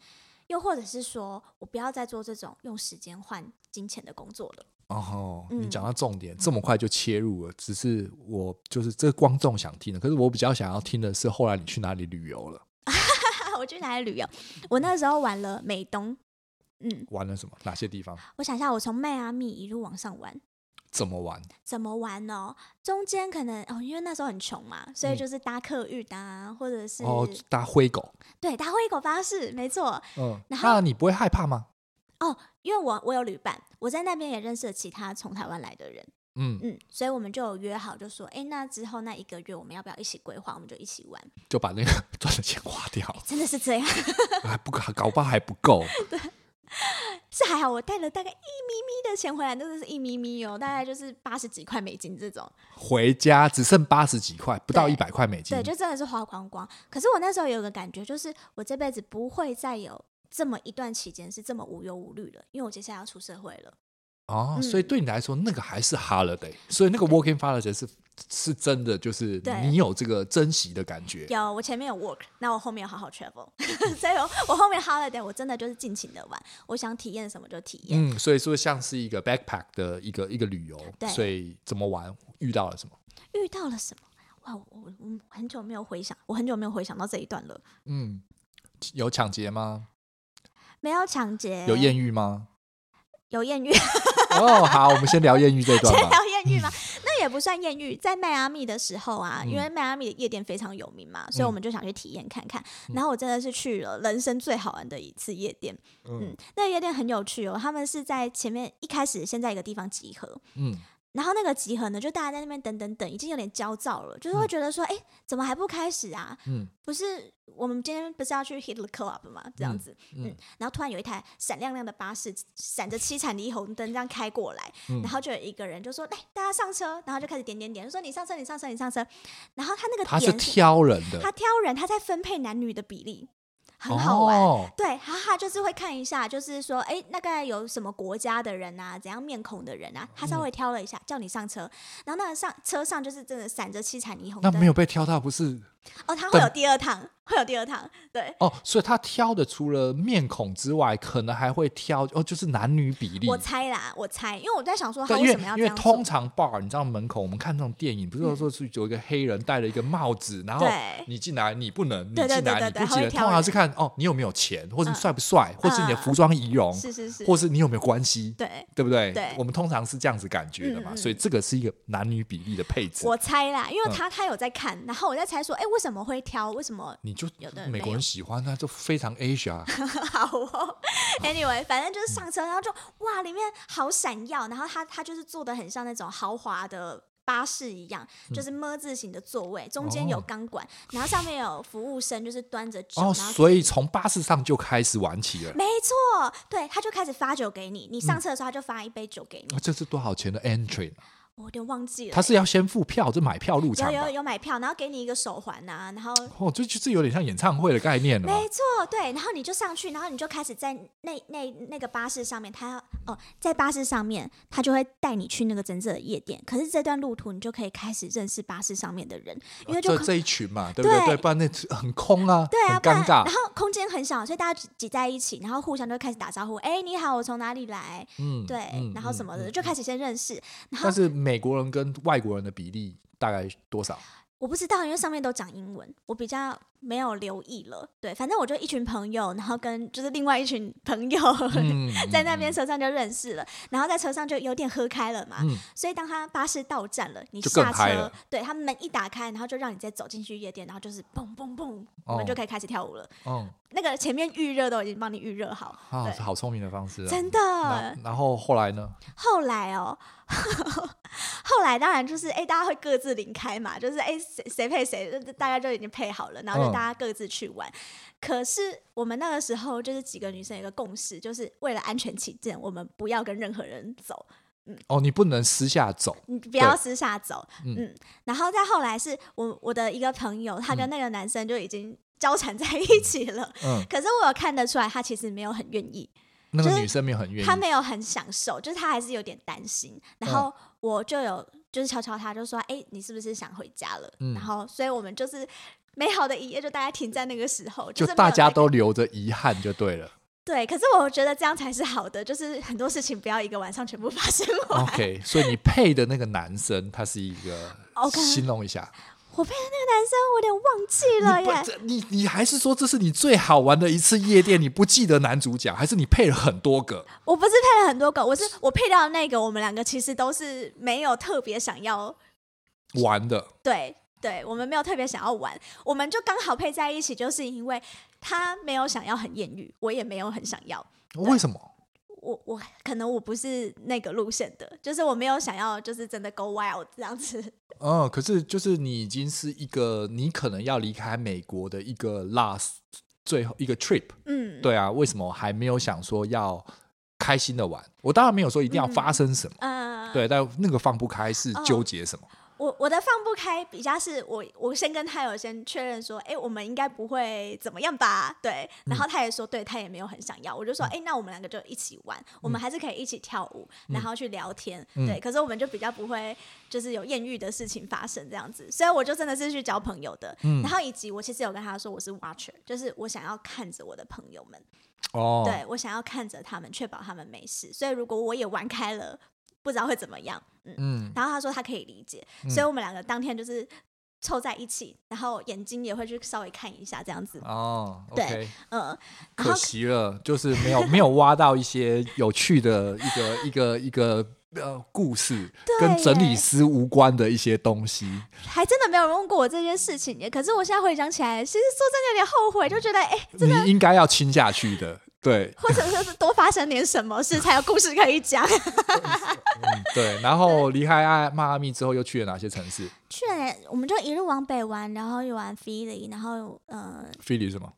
[SPEAKER 1] 又或者是说我不要再做这种用时间换金钱的工作了。 <laughs>
[SPEAKER 2] 哦，你
[SPEAKER 1] 嗯
[SPEAKER 2] 讲到重点，这么快就切入了，只是我就是这个观众想听的，可是我比较想要听的是后来你去哪里旅游了，
[SPEAKER 1] 啊我去哪里旅游？我那时候玩了美东，嗯，
[SPEAKER 2] 玩了什么，哪些地方，
[SPEAKER 1] 我想一下，我从迈阿密一路往上玩。
[SPEAKER 2] 怎么玩？
[SPEAKER 1] 怎么玩哦？中间可能哦，因为那时候很穷嘛，所以
[SPEAKER 2] 嗯
[SPEAKER 1] 就是搭客运啊，或者是、
[SPEAKER 2] 哦，搭灰狗，
[SPEAKER 1] 对搭灰狗巴士，没错。
[SPEAKER 2] 嗯，
[SPEAKER 1] 然后
[SPEAKER 2] 那你不会害怕吗？
[SPEAKER 1] 哦，因为我我有旅伴，我在那边也认识了其他从台湾来的人，
[SPEAKER 2] 嗯，
[SPEAKER 1] 嗯，所以我们就有约好，就说，哎，那之后那一个月我们要不要一起规划？我们就一起玩，
[SPEAKER 2] 就把那个赚的钱花掉，
[SPEAKER 1] 真的是这样， <laughs>
[SPEAKER 2] 还不搞不好还不够，
[SPEAKER 1] 是还好我带了大概一咪咪的钱回来，真的是一咪咪哦，大概就是八十几块美金这种，
[SPEAKER 2] 回家只剩八十几块，不到
[SPEAKER 1] 对
[SPEAKER 2] 一百块美金
[SPEAKER 1] 对，，就真的是花光光。可是我那时候有个感觉，就是我这辈子不会再有这么一段期间是这么无忧无虑了，因为我接下来要出社会了。
[SPEAKER 2] 哦，
[SPEAKER 1] 嗯
[SPEAKER 2] 所以对你来说，那个还是 holiday，所以那个 working holiday 是是真的，就是
[SPEAKER 1] 对
[SPEAKER 2] 你有这个珍惜的感觉。
[SPEAKER 1] 有，我前面有 work，那我后面有好好 travel，所 <laughs> 以我我后面 holiday 我真的就是尽情的玩，我想体验什么就体验。
[SPEAKER 2] 嗯，所以说像是一个 backpack 的一个一个旅游，
[SPEAKER 1] 对
[SPEAKER 2] 所以怎么玩，遇到了什么？
[SPEAKER 1] 遇到了什么？哇，我我我很久没有回想，我很久没有回想到这一段了。
[SPEAKER 2] 嗯，有抢劫吗？
[SPEAKER 1] 没有抢劫，
[SPEAKER 2] 有艳遇吗？
[SPEAKER 1] 有艳遇，
[SPEAKER 2] 哦，好，我们先聊艳遇这一段
[SPEAKER 1] 先
[SPEAKER 2] 吧。
[SPEAKER 1] 聊艳遇吗？那也不算艳遇，在迈阿密的时候啊，因
[SPEAKER 2] 嗯
[SPEAKER 1] 为迈阿密的夜店非常有名嘛，所以我们就想去体验看看。然后我真的是去了人生最好玩的一次夜店，
[SPEAKER 2] 嗯
[SPEAKER 1] 嗯，那个夜店很有趣哦，他们是在前面一开始先在一个地方集合，
[SPEAKER 2] 嗯
[SPEAKER 1] 然后那个集合呢，就大家在那边等等等，已经有点焦躁了，就是会觉得说，哎、怎么还不开始啊？
[SPEAKER 2] 嗯
[SPEAKER 1] 不是我们今天不是要去 hit the club 吗？这样子，嗯，
[SPEAKER 2] 嗯
[SPEAKER 1] 然后突然有一台闪亮亮的巴士，闪着七彩霓虹灯这样开过来，
[SPEAKER 2] 嗯
[SPEAKER 1] 然后就有一个人就说，来，大家上车，然后就开始点点点，就说你上车，你上车，你上车，然后他那个
[SPEAKER 2] 他是
[SPEAKER 1] 点是
[SPEAKER 2] 挑人的
[SPEAKER 1] 他，挑人，他在分配男女的比例，很好玩。
[SPEAKER 2] 哦
[SPEAKER 1] 对，哈哈，就是会看一下，就是说，哎，那个有什么国家的人啊，怎样面孔的人啊，他
[SPEAKER 2] 嗯
[SPEAKER 1] 稍微挑了一下，叫你上车，然后那个上车上就是真的闪着七彩霓虹
[SPEAKER 2] 那
[SPEAKER 1] 灯，
[SPEAKER 2] 没有被挑到，不是
[SPEAKER 1] 哦，他会有第二趟，会有第二趟，对。
[SPEAKER 2] 哦，所以他挑的除了面孔之外，可能还会挑哦，就是男女比例。
[SPEAKER 1] 我猜啦，我猜，因为我在想说他
[SPEAKER 2] 对，
[SPEAKER 1] 为
[SPEAKER 2] 因为
[SPEAKER 1] 什么要
[SPEAKER 2] 因
[SPEAKER 1] 这
[SPEAKER 2] 为
[SPEAKER 1] 样做嗯
[SPEAKER 2] 通常 bar 你知道门口我们看那种电影，不是说是有一个黑人戴了一个帽子，然后
[SPEAKER 1] 对
[SPEAKER 2] 你进来你不能，你
[SPEAKER 1] 哎对对
[SPEAKER 2] 进
[SPEAKER 1] 对
[SPEAKER 2] 来
[SPEAKER 1] 对
[SPEAKER 2] 你
[SPEAKER 1] 对
[SPEAKER 2] 不
[SPEAKER 1] 他
[SPEAKER 2] 进
[SPEAKER 1] 会
[SPEAKER 2] 来，通
[SPEAKER 1] 挑
[SPEAKER 2] 常
[SPEAKER 1] 人
[SPEAKER 2] 是看哦你有没有钱，或者你
[SPEAKER 1] 嗯
[SPEAKER 2] 帅不帅，或者是你的
[SPEAKER 1] 嗯
[SPEAKER 2] 服装仪容，
[SPEAKER 1] 是是是，
[SPEAKER 2] 或是你有没有关系，
[SPEAKER 1] 对。
[SPEAKER 2] 对不对？
[SPEAKER 1] 对
[SPEAKER 2] 我们通常是这样子感觉的嘛，
[SPEAKER 1] 嗯嗯
[SPEAKER 2] 所以这个是一个男女比例的配置。
[SPEAKER 1] 我猜啦，因为
[SPEAKER 2] 嗯
[SPEAKER 1] 他他有在看，然后我在猜说，哎、为什么会挑？为什么
[SPEAKER 2] 你就
[SPEAKER 1] 有的人
[SPEAKER 2] 美
[SPEAKER 1] 没
[SPEAKER 2] 国
[SPEAKER 1] 有
[SPEAKER 2] 人喜欢，那就非常
[SPEAKER 1] <laughs>
[SPEAKER 2] Asia，啊
[SPEAKER 1] 好哦。Anyway，反正就是上车，然后就哇，里面好闪耀，然后它它就是做的很像那种豪华的。巴士一样，
[SPEAKER 2] 嗯
[SPEAKER 1] 就是么字形的座位，中间有
[SPEAKER 2] 哦
[SPEAKER 1] 钢管，然后上面有服务生，就是端着酒，
[SPEAKER 2] 哦，
[SPEAKER 1] 然后
[SPEAKER 2] 所以从巴士上就开始玩起了。
[SPEAKER 1] 没错，对，他就开始发酒给你，你
[SPEAKER 2] 嗯
[SPEAKER 1] 上车的时候他就发一杯酒给你，哦
[SPEAKER 2] 啊这是多少钱的 entry？呢
[SPEAKER 1] 我有点忘记了，
[SPEAKER 2] 他是要先付票，就买票入场
[SPEAKER 1] 有
[SPEAKER 2] 吧
[SPEAKER 1] 有？有买票，然后给你一个手环呐、然后
[SPEAKER 2] 哦，这就是有点像演唱会的概念了嘛。
[SPEAKER 1] 没错，对，然后你就上去，然后你就开始在那那那个巴士上面，他哦，在巴士上面，他就会带你去那个真正的夜店。可是这段路途，你就可以开始认识巴士上面的人，因为就
[SPEAKER 2] 哦这
[SPEAKER 1] 空
[SPEAKER 2] 这一群嘛，对不对？
[SPEAKER 1] 对
[SPEAKER 2] 对，不然那很空啊，
[SPEAKER 1] 对啊，
[SPEAKER 2] 很
[SPEAKER 1] 不然
[SPEAKER 2] 尴尬
[SPEAKER 1] 然。 <laughs> 后空间很小，所以大家挤在一起，然后互相就开始打招呼，哎，你好，我从哪里来？
[SPEAKER 2] 嗯，
[SPEAKER 1] 对，
[SPEAKER 2] 嗯
[SPEAKER 1] 然后什么的，。
[SPEAKER 2] 嗯嗯
[SPEAKER 1] 就开始先认识。然后
[SPEAKER 2] 但是美国人跟外国人的比例大概
[SPEAKER 1] <laughs>
[SPEAKER 2] 多少？
[SPEAKER 1] 我不知道，因为上面都讲英文，我比较没有留意了。对，反正我就一群朋友，然后跟就是另外一群朋友，
[SPEAKER 2] 嗯，
[SPEAKER 1] <laughs> 在那边
[SPEAKER 2] 嗯
[SPEAKER 1] 车上就认识了，然后在车上就有点喝开了嘛，
[SPEAKER 2] 嗯
[SPEAKER 1] 所以当他巴士到站了，你
[SPEAKER 2] 就更
[SPEAKER 1] 下
[SPEAKER 2] 嗨
[SPEAKER 1] 车
[SPEAKER 2] 了，
[SPEAKER 1] 对他门一打开，然后就让你再走进去夜店，然后就是砰砰砰，我
[SPEAKER 2] 哦
[SPEAKER 1] 们就可以开始跳舞了。
[SPEAKER 2] 嗯，
[SPEAKER 1] 那个前面预热都已经帮你预热好，
[SPEAKER 2] 啊，
[SPEAKER 1] 对
[SPEAKER 2] 是好聪明的方式啊。
[SPEAKER 1] 真的
[SPEAKER 2] 然。然后后来呢？
[SPEAKER 1] 后来哦， <laughs> 后来当然就是哎，大家会各自离开嘛，就是哎谁谁配谁，就大家就已经配好了，然后
[SPEAKER 2] 嗯
[SPEAKER 1] 就大家各自去玩。可是我们那个时候就是几个女生有一个共识，就是为了安全起见，我们不要跟任何人走。
[SPEAKER 2] 哦，你不能私下走，
[SPEAKER 1] 你不要
[SPEAKER 2] 对
[SPEAKER 1] 私下走，
[SPEAKER 2] 嗯
[SPEAKER 1] 嗯然后再后来是我我的一个朋友，他跟那个男生就已经交缠在一起了，
[SPEAKER 2] 嗯，
[SPEAKER 1] 可是我有看得出来，他其实没有很愿意，
[SPEAKER 2] 那
[SPEAKER 1] 就
[SPEAKER 2] 个
[SPEAKER 1] 是
[SPEAKER 2] 女生没有很愿意
[SPEAKER 1] 他。没有很享受，就是他还是有点担心。然
[SPEAKER 2] 嗯
[SPEAKER 1] 后我就有就是悄悄他就说，哎、你是不是想回家了？
[SPEAKER 2] 嗯
[SPEAKER 1] 然后所以我们就是美好的一夜就大家停在那个时候，
[SPEAKER 2] 就是
[SPEAKER 1] 没有
[SPEAKER 2] 大家
[SPEAKER 1] 在
[SPEAKER 2] 都留着遗憾就对
[SPEAKER 1] <laughs>
[SPEAKER 2] 了。
[SPEAKER 1] 对，可是我觉得这样才是好的，就是很多事情不要一个晚上全部发生完。
[SPEAKER 2] OK，所以你配的那个男生，他是一个
[SPEAKER 1] OK
[SPEAKER 2] 形容一下。
[SPEAKER 1] 我被那个男生我有点忘记了
[SPEAKER 2] 你不
[SPEAKER 1] 耶，
[SPEAKER 2] 这你你还是说这是你最好玩的一次夜店？你不记得男主角，还是你配了很多个？
[SPEAKER 1] 我不是配了很多个，我是我配到的那个，我们两个其实都是没有特别想要，
[SPEAKER 2] 玩的
[SPEAKER 1] 对对，我们没有特别想要玩，我们就刚好配在一起，就是因为他没有想要很艳遇，我也没有很想要，
[SPEAKER 2] 为什么？
[SPEAKER 1] 我我可能我不是那个路线的，就是我没有想要就是真的 go wild 这样子，
[SPEAKER 2] 嗯，可是就是你已经是一个，你可能要离开美国的一个 last 最后一个 trip，
[SPEAKER 1] 嗯，
[SPEAKER 2] 对啊，为什么还没有想说要开心的玩？我当然没有说一定要发生什么，
[SPEAKER 1] 嗯、
[SPEAKER 2] 对，但那个放不开是
[SPEAKER 1] 哦
[SPEAKER 2] 纠结什么？
[SPEAKER 1] 我我的放不开比较是我我先跟他有先确认说，哎、我们应该不会怎么样吧？对，
[SPEAKER 2] 嗯
[SPEAKER 1] 然后他也说，对他也没有很想要，我就说，哎、那我们两个就一起玩，我们还是可以一起跳舞，然后去聊天，
[SPEAKER 2] 嗯
[SPEAKER 1] 对。可是我们就比较不会就是有艳遇的事情发生这样子，所以我就真的是去交朋友的。
[SPEAKER 2] 嗯
[SPEAKER 1] 然后以及我其实有跟他说我是 watcher，就是我想要看着我的朋友们，
[SPEAKER 2] 哦，
[SPEAKER 1] 对我想要看着他们，确保他们没事。所以如果我也玩开了，不知道会怎么样，嗯。
[SPEAKER 2] 嗯，
[SPEAKER 1] 然后他说他可以理解，所以我们两个当天就是凑在一起，然后眼睛也会去稍微看一下这样子，
[SPEAKER 2] 哦
[SPEAKER 1] 对
[SPEAKER 2] ，OK，
[SPEAKER 1] 嗯，然
[SPEAKER 2] 可
[SPEAKER 1] 后
[SPEAKER 2] 惜了，就是没有没有挖到一些有趣的一个一个一个呃故事，
[SPEAKER 1] 对
[SPEAKER 2] 跟整理
[SPEAKER 1] 耶
[SPEAKER 2] 师无关的一些东西。
[SPEAKER 1] 还真的没有人问过我这件事情耶。可是我现在回想起来，其实说真的有点后悔，就觉得哎，
[SPEAKER 2] 你应该要亲下去的。对，
[SPEAKER 1] 或者说是多发生点什么事才有故事可以讲。
[SPEAKER 2] 嗯， <laughs> 对。然后离开爱迈阿密之后，又去了哪些城市？
[SPEAKER 1] <laughs> 去年我们就一路往北玩，然后又玩菲利，然后呃
[SPEAKER 2] 菲律宾吗？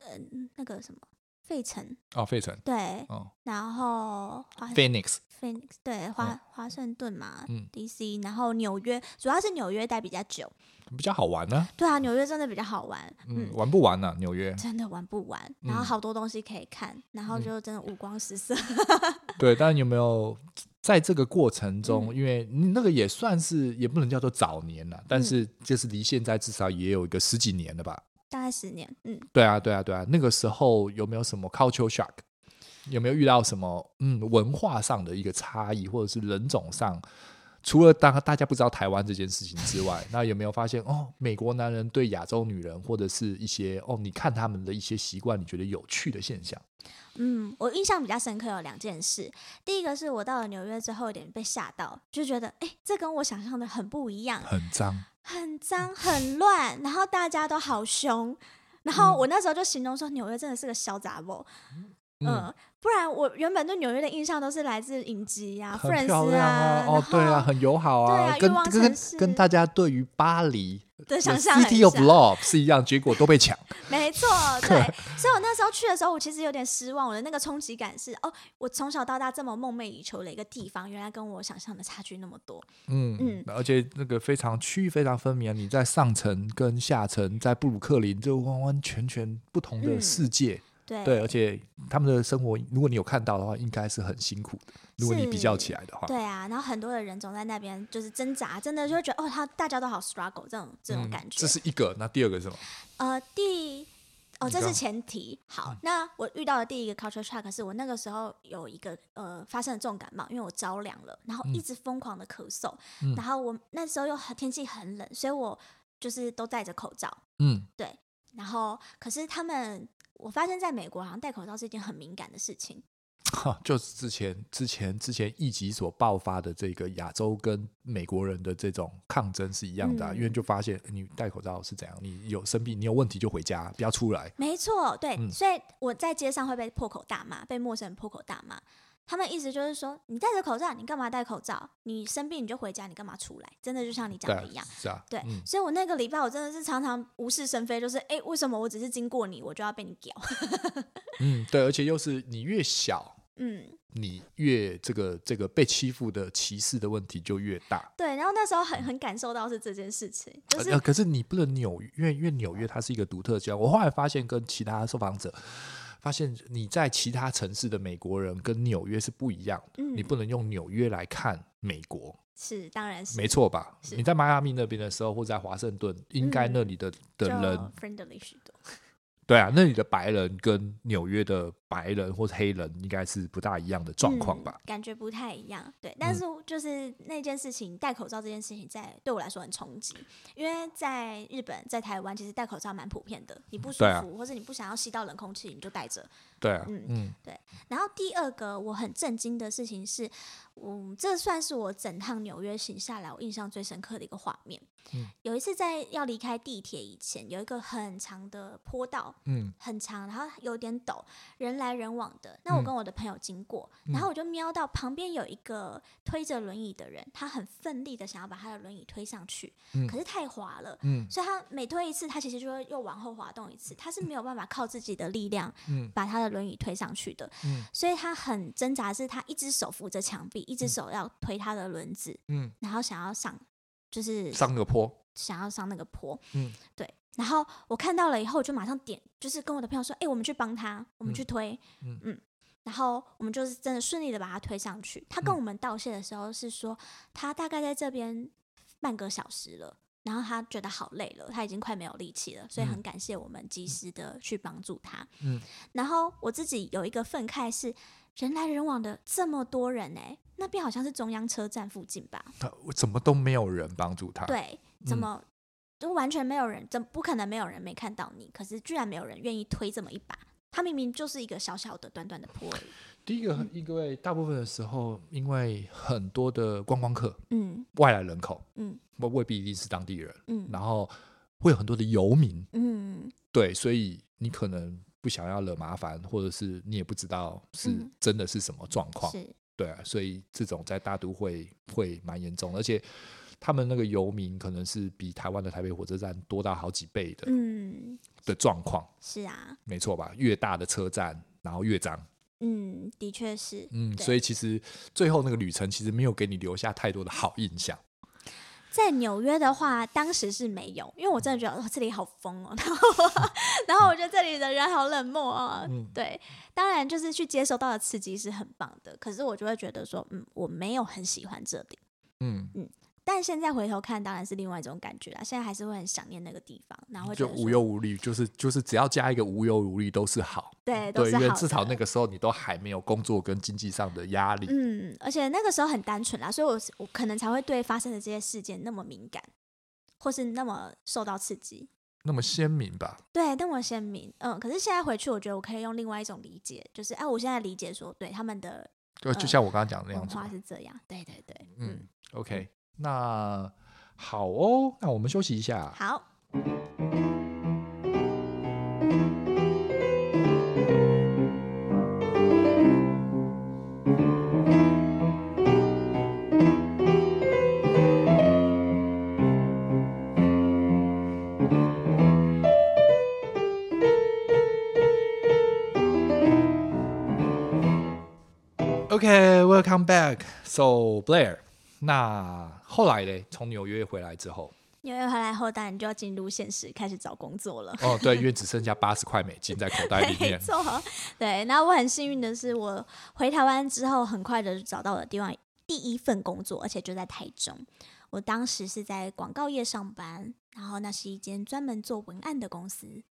[SPEAKER 1] 那个什么费城，
[SPEAKER 2] 哦，费城，
[SPEAKER 1] 对，
[SPEAKER 2] 哦
[SPEAKER 1] 然后华
[SPEAKER 2] ，Phoenix，
[SPEAKER 1] Phoenix 对华华盛顿嘛、
[SPEAKER 2] 嗯
[SPEAKER 1] d c 然后纽约，主要是纽约待比较久。
[SPEAKER 2] 比较好玩呢。
[SPEAKER 1] 对啊，纽约真的比较好玩，
[SPEAKER 2] 嗯，
[SPEAKER 1] 嗯，
[SPEAKER 2] 玩不玩呢？纽约，
[SPEAKER 1] 真的玩不完，
[SPEAKER 2] 嗯
[SPEAKER 1] 然后好多东西可以看，然后就真的五光十色。 <laughs>
[SPEAKER 2] 对。但你有没有在这个过程中，因为那个也算是也不能叫做早年了，但是就是离现在至少也有一个十几年了吧？
[SPEAKER 1] 大概十年，嗯，
[SPEAKER 2] 对啊，对啊，对啊。那个时候有没有什么 culture shock？有没有遇到什么嗯文化上的一个差异，或者是人种上？除了大大家不知道台湾这件事情之外，那有没有发现哦，美国男人对亚洲女人或者是一些哦，你看他们的一些习惯，你觉得有趣的现象？
[SPEAKER 1] 嗯，我印象比较深刻有两件事。第一个是我到了纽约之后，有点被吓到，就觉得哎、诶这跟我想象的很不一样，
[SPEAKER 2] 很脏，
[SPEAKER 1] 很脏很乱，然后大家都好凶。然后我那时候就形容说，纽约真的是个小杂毛，嗯、
[SPEAKER 2] 嗯嗯，
[SPEAKER 1] 不然我原本对纽约的印象都是来自影集呀、富
[SPEAKER 2] 很
[SPEAKER 1] 人斯
[SPEAKER 2] 漂亮啊，
[SPEAKER 1] 然
[SPEAKER 2] 哦，对啊，
[SPEAKER 1] 后
[SPEAKER 2] 很友好
[SPEAKER 1] 对啊欲
[SPEAKER 2] 跟
[SPEAKER 1] 望
[SPEAKER 2] 跟
[SPEAKER 1] 城
[SPEAKER 2] 跟
[SPEAKER 1] 市
[SPEAKER 2] 跟大家对于巴黎
[SPEAKER 1] 的想象很
[SPEAKER 2] City of
[SPEAKER 1] 像。
[SPEAKER 2] Love 是一样，结果都被抢。
[SPEAKER 1] 没 <laughs> 错，对，所以我那时候去的时候，我其实有点失望，我的那个冲击感是，哦，我从小到大这么梦寐以求的一个地方，原来跟我想象的差距那么多。
[SPEAKER 2] 嗯
[SPEAKER 1] 嗯
[SPEAKER 2] 而且那个非常区域非常分明啊，你在上层跟下层，在布鲁克林，这完完全全不同的
[SPEAKER 1] 嗯哎
[SPEAKER 2] 世界。
[SPEAKER 1] 对，
[SPEAKER 2] 对，而且他们的生活，如果你有看到的话，应该是很辛苦的。如果你比较起来的话，
[SPEAKER 1] 对啊，然后很多的人总在那边就是挣扎，真的就会觉得哦，他大家都好 struggle 这种这种
[SPEAKER 2] 嗯
[SPEAKER 1] 感觉。
[SPEAKER 2] 这是一个。那第二个是什么？
[SPEAKER 1] 呃第哦，
[SPEAKER 2] 你嗯
[SPEAKER 1] 这
[SPEAKER 2] 刚
[SPEAKER 1] 是前提。好，那我遇到的第一个 culture shock 是我那个时候有一个呃发生了重感冒，因为我着凉了，然后一直疯狂的咳嗽，
[SPEAKER 2] 嗯
[SPEAKER 1] 然后我那时候又很天气很冷，所以我就是都戴着口罩。
[SPEAKER 2] 嗯， <laughs>
[SPEAKER 1] 然后可是他们，我发现在美国好像戴口罩是一件很敏感的事情。
[SPEAKER 2] 哈，就是之前之前之前疫集所爆发的这个亚洲跟美国人的这种抗争是一样的啊、
[SPEAKER 1] 嗯
[SPEAKER 2] 因为就发现你戴口罩是怎样，你有生病，你有问题就回家，不要出来。
[SPEAKER 1] 没错，对，
[SPEAKER 2] 嗯
[SPEAKER 1] 所以我在街上会被破口大骂，被陌生人破口大骂。他们意思就是说，你戴着口罩，你干嘛戴口罩？你生病你就回家，你干嘛出来？真的就像你讲
[SPEAKER 2] 对
[SPEAKER 1] 的
[SPEAKER 2] 啊
[SPEAKER 1] 一样，，
[SPEAKER 2] 是啊，
[SPEAKER 1] 对。
[SPEAKER 2] 嗯，
[SPEAKER 1] 所以我那个礼拜我真的是常常无事生非，就是哎、诶为什么我只是经过你，我就要被你屌？ <laughs>
[SPEAKER 2] 嗯，对，而且又是你越小，
[SPEAKER 1] 嗯，
[SPEAKER 2] 你越这个这个被欺负的歧视的问题就越大。
[SPEAKER 1] 对。然后那时候很很感受到是这件事情，就是
[SPEAKER 2] 呃，可是你不能纽约，因为因为纽约它是一个独特的地方。我后来发现，跟其他受访者发现，你在其他城市的美国人跟纽约是不一样的，
[SPEAKER 1] 嗯
[SPEAKER 2] 你不能用纽约来看美国，
[SPEAKER 1] 是当然是
[SPEAKER 2] 没错吧？
[SPEAKER 1] 是
[SPEAKER 2] 你在迈阿密那边的时候，或者在华盛顿，应该
[SPEAKER 1] 嗯
[SPEAKER 2] 那里的、
[SPEAKER 1] 就
[SPEAKER 2] 的人
[SPEAKER 1] friendly 许多。
[SPEAKER 2] 对啊，那里的白人跟纽约的白人或者黑人应该是不大一样的状况吧嗯
[SPEAKER 1] 嗯？感觉不太一样。对，但是就是那件事情，戴口罩这件事情在，对我来说很冲击，因为在日本、在台湾，其实戴口罩蛮普遍的。你不舒服，
[SPEAKER 2] 对啊
[SPEAKER 1] 或者你不想要吸到冷空气，你就戴着。
[SPEAKER 2] 对啊，
[SPEAKER 1] 嗯
[SPEAKER 2] 嗯
[SPEAKER 1] 然后第二个我很震惊的事情是，嗯，这算是我整趟纽约行下来我印象最深刻的一个画面。
[SPEAKER 2] 嗯
[SPEAKER 1] 有一次在要离开地铁以前，有一个很长的坡道，
[SPEAKER 2] 嗯
[SPEAKER 1] 很长，然后有点陡，人来人往的。
[SPEAKER 2] 嗯
[SPEAKER 1] 那我跟我的朋友经过，然后我就瞄到旁边有一个推着轮椅的人，他很奋力的想要把他的轮椅推上去，
[SPEAKER 2] 嗯
[SPEAKER 1] 可是太滑了。
[SPEAKER 2] 嗯
[SPEAKER 1] 所以他每推一次，他其实就会又往后滑动一次，他是没有办法靠自己的力量
[SPEAKER 2] 嗯
[SPEAKER 1] 把他的轮椅推上去的，
[SPEAKER 2] 嗯
[SPEAKER 1] 所以他很挣扎，是他一只手扶着墙壁，一只手要推他的轮子，
[SPEAKER 2] 嗯，
[SPEAKER 1] 然后想要上，就是
[SPEAKER 2] 上那个坡，
[SPEAKER 1] 想要上那个坡，
[SPEAKER 2] 嗯，
[SPEAKER 1] 对。然后我看到了以后，我就马上点，就是跟我的朋友说：“哎、我们去帮他，我们
[SPEAKER 2] 嗯
[SPEAKER 1] 去推。
[SPEAKER 2] 嗯
[SPEAKER 1] 然后我们就是真的顺利的把他推上去。他跟
[SPEAKER 2] 嗯
[SPEAKER 1] 我们道谢的时候是说，他大概在这边半个小时了，然后他觉得好累了，他已经快没有力气了，所以
[SPEAKER 2] 嗯
[SPEAKER 1] 很感谢我们及时的去帮助他。
[SPEAKER 2] 嗯，
[SPEAKER 1] 然后我自己有一个愤慨是，人来人往的这么多人哎、那边好像是中央车站附近吧？
[SPEAKER 2] 他怎么都没有人帮助他。，
[SPEAKER 1] 对，怎
[SPEAKER 2] 嗯
[SPEAKER 1] 么、就完全没有人？怎不可能没有人没看到你？可是居然没有人愿意推这么一把。他明明就是一个小小的、短短的坡而已。
[SPEAKER 2] 第一
[SPEAKER 1] 嗯
[SPEAKER 2] 个，因为大部分的时候，因为很多的观光客、
[SPEAKER 1] 嗯
[SPEAKER 2] 外来人口，
[SPEAKER 1] 嗯
[SPEAKER 2] 未未必一定是当地人，
[SPEAKER 1] 嗯
[SPEAKER 2] 然后会有很多的游民，
[SPEAKER 1] 嗯，
[SPEAKER 2] 对，所以你可能不想要惹麻烦，或者是你也不知道是
[SPEAKER 1] 嗯
[SPEAKER 2] 真的是什么状况，
[SPEAKER 1] 是
[SPEAKER 2] 对啊，所以这种在大都会会蛮严重的，而且他们那个游民可能是比台湾的台北火车站多到好几倍的、
[SPEAKER 1] 嗯
[SPEAKER 2] 的状况，
[SPEAKER 1] 是啊，
[SPEAKER 2] 没错吧？越大的车站，然后越脏。
[SPEAKER 1] 嗯，的确是。
[SPEAKER 2] 嗯，
[SPEAKER 1] 对
[SPEAKER 2] 所以其实最后那个旅程其实没有给你留下太多的好印象。
[SPEAKER 1] 在纽约的话，当时是没有，因为我真的觉得、哦、这里好疯哦，
[SPEAKER 2] <laughs>
[SPEAKER 1] 然后然后我觉得这里的人好冷漠哦。
[SPEAKER 2] 嗯
[SPEAKER 1] 对，当然就是去接收到的刺激是很棒的，可是我就会觉得说，嗯，我没有很喜欢这里。
[SPEAKER 2] 嗯，
[SPEAKER 1] 但现在回头看，当然是另外一种感觉啦。现在还是会很想念那个地方，然后会觉
[SPEAKER 2] 就
[SPEAKER 1] 得
[SPEAKER 2] 无
[SPEAKER 1] 说
[SPEAKER 2] 忧无虑，就是就是只要加一个无忧无虑都是好，
[SPEAKER 1] 对，都
[SPEAKER 2] 对，
[SPEAKER 1] 是
[SPEAKER 2] 因
[SPEAKER 1] 好
[SPEAKER 2] 为
[SPEAKER 1] 的。
[SPEAKER 2] 至少那个时候你都还没有工作跟经济上的压力。
[SPEAKER 1] 嗯，而且那个时候很单纯啦，所以我是我可能才会对发生的这些事件那么敏感，或是那么受到刺激，
[SPEAKER 2] 那么鲜明吧？
[SPEAKER 1] 对，那么鲜明。嗯，可是现在回去，我觉得我可以用另外一种理解，就是哎、我现在理解说，对他们的
[SPEAKER 2] 就就
[SPEAKER 1] 嗯
[SPEAKER 2] 像我刚刚讲的那样
[SPEAKER 1] 文
[SPEAKER 2] 子嘛。
[SPEAKER 1] 化是这样，对对对，
[SPEAKER 2] 呃嗯，OK，那好哦，那我们休息一下。
[SPEAKER 1] 好，
[SPEAKER 2] OK，welcome、back. So Blair，那后来嘞，从纽约回来之后，
[SPEAKER 1] 纽约回来后，当然就要进入现实，开始找工作了。
[SPEAKER 2] <laughs> 哦，对，因为只剩下八十块美金在口袋里
[SPEAKER 1] <laughs> 没
[SPEAKER 2] 面。
[SPEAKER 1] 错，对。那我很幸运的是，我回台湾之后，很快的找到了地方第一份工作，而且就在台中。我当时是在广告业上班，然后那是一间专门做文案的公司，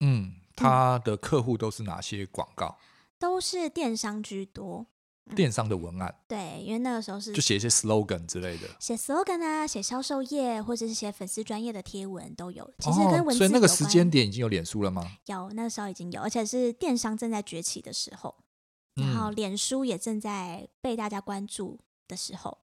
[SPEAKER 2] 嗯，他的客户都是哪些广告？
[SPEAKER 1] 都是电商居多。
[SPEAKER 2] 电商的文案，
[SPEAKER 1] 对，因为那个时候是
[SPEAKER 2] 就写一些 slogan 之类的。
[SPEAKER 1] 写 slogan 啊，写销售页，或者是写粉丝专业的贴文都有。其实跟
[SPEAKER 2] 哦，
[SPEAKER 1] 文字
[SPEAKER 2] 所以那个
[SPEAKER 1] 有
[SPEAKER 2] 时
[SPEAKER 1] 关
[SPEAKER 2] 间点已经有脸书了吗？
[SPEAKER 1] 有，那时候已经有，而且是电商正在崛起的时候，然后
[SPEAKER 2] 嗯
[SPEAKER 1] 脸书也正在被大家关注的时候。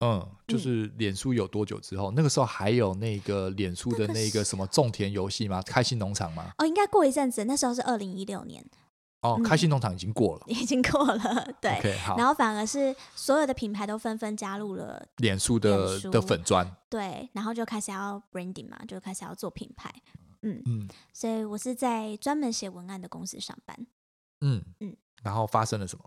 [SPEAKER 2] 嗯，就是脸书有多久之后？那个时候还有那个脸书的
[SPEAKER 1] 那个
[SPEAKER 2] 那个
[SPEAKER 1] 是
[SPEAKER 2] 什么种田游戏吗？开心农场吗？
[SPEAKER 1] 哦，应该过一阵子，那时候是二零一六年， <laughs>
[SPEAKER 2] 哦，
[SPEAKER 1] 嗯
[SPEAKER 2] 开心农场已经过了。
[SPEAKER 1] 已经过了，对。
[SPEAKER 2] OK，好
[SPEAKER 1] 然。后反而是所有的品牌都纷纷加入了，
[SPEAKER 2] 脸书的
[SPEAKER 1] 脸书
[SPEAKER 2] 的粉砖，
[SPEAKER 1] 对，然后就开始要 branding 嘛，就开始要做品牌，嗯，
[SPEAKER 2] 嗯
[SPEAKER 1] 所以我是在专门写文案的公司上班。
[SPEAKER 2] 嗯
[SPEAKER 1] 嗯
[SPEAKER 2] 然后发生了什么？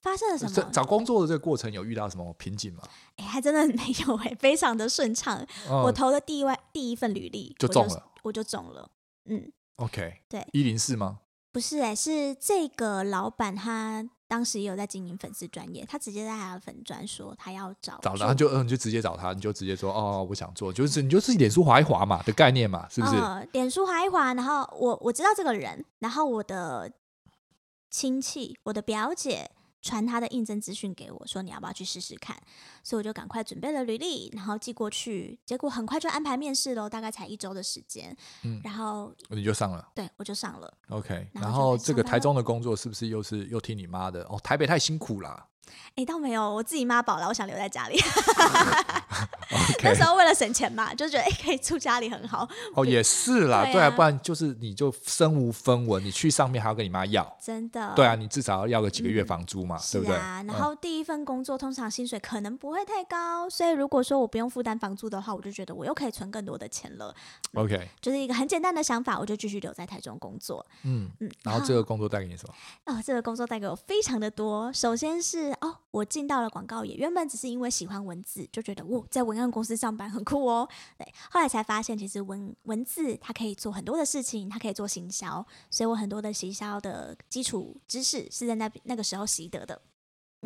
[SPEAKER 1] 发生了什
[SPEAKER 2] 这
[SPEAKER 1] 么？
[SPEAKER 2] 找工作的这个过程有遇到什么瓶颈吗？
[SPEAKER 1] 哎，还真的 <laughs> 没有哎、非常的顺畅。我
[SPEAKER 2] 嗯
[SPEAKER 1] 投的第一外第一份履历
[SPEAKER 2] 就
[SPEAKER 1] 我
[SPEAKER 2] 中了，
[SPEAKER 1] 我就中了。嗯，
[SPEAKER 2] ，OK，
[SPEAKER 1] 对
[SPEAKER 2] 一零四吗？
[SPEAKER 1] 不是哎、是这个老板他当时也有在经营粉丝专业，他直接在他的粉专说他要找
[SPEAKER 2] 找
[SPEAKER 1] 做
[SPEAKER 2] 然后就嗯，你就直接找他，你就直接说哦，我想做，就是你就是脸书划一划嘛的概念嘛，是不是？
[SPEAKER 1] 呃，脸书划一划，然后我我知道这个人，然后我的亲戚，我的表姐传她的应征资讯给我，说你要不要去试试看，所以我就赶快准备了履历，然后寄过去，结果很快就安排面试喽，大概才一周的时间，
[SPEAKER 2] 嗯
[SPEAKER 1] 然后
[SPEAKER 2] 你就上了
[SPEAKER 1] 对我就上了，
[SPEAKER 2] ，OK。
[SPEAKER 1] 然后
[SPEAKER 2] 然
[SPEAKER 1] 就
[SPEAKER 2] 后
[SPEAKER 1] 在
[SPEAKER 2] 这个
[SPEAKER 1] 上啊班
[SPEAKER 2] 台
[SPEAKER 1] 了
[SPEAKER 2] 中的工作是不是又是又听你妈的？哦，台北太辛苦
[SPEAKER 1] <laughs>
[SPEAKER 2] 啦。
[SPEAKER 1] 诶，倒没有，我自己妈宝了，我想留在家里， <laughs> 那
[SPEAKER 2] OK，
[SPEAKER 1] 时候为了省钱嘛，就觉得诶可以住家里很好，
[SPEAKER 2] 哦也是啦，
[SPEAKER 1] 对
[SPEAKER 2] 对啊，
[SPEAKER 1] 啊
[SPEAKER 2] 不然就是你就身无分文，你去上面还要跟你妈要，
[SPEAKER 1] 真的，
[SPEAKER 2] 对啊，你至少要要个几个月房租嘛，对
[SPEAKER 1] 嗯是
[SPEAKER 2] 不对？
[SPEAKER 1] 啊，
[SPEAKER 2] 嗯
[SPEAKER 1] 然后第一份工作通常薪水可能不会太高，所以如果说我不用负担房租的话，我就觉得我又可以存更多的钱了，
[SPEAKER 2] 嗯 OK，
[SPEAKER 1] 就是一个很简单的想法，我就继续留在台中工作。
[SPEAKER 2] 嗯，
[SPEAKER 1] 嗯，
[SPEAKER 2] 然后这个工作带给你什么？
[SPEAKER 1] 哦，这个工作带给我非常的多。首先是哦，我进到了广告业，原本只是因为喜欢文字，就觉得哇，在文案公司上班很酷哦。对，后来才发现其实文文字它可以做很多的事情，它可以做行销，所以我很多的行销的基础知识是在那那个时候习得的。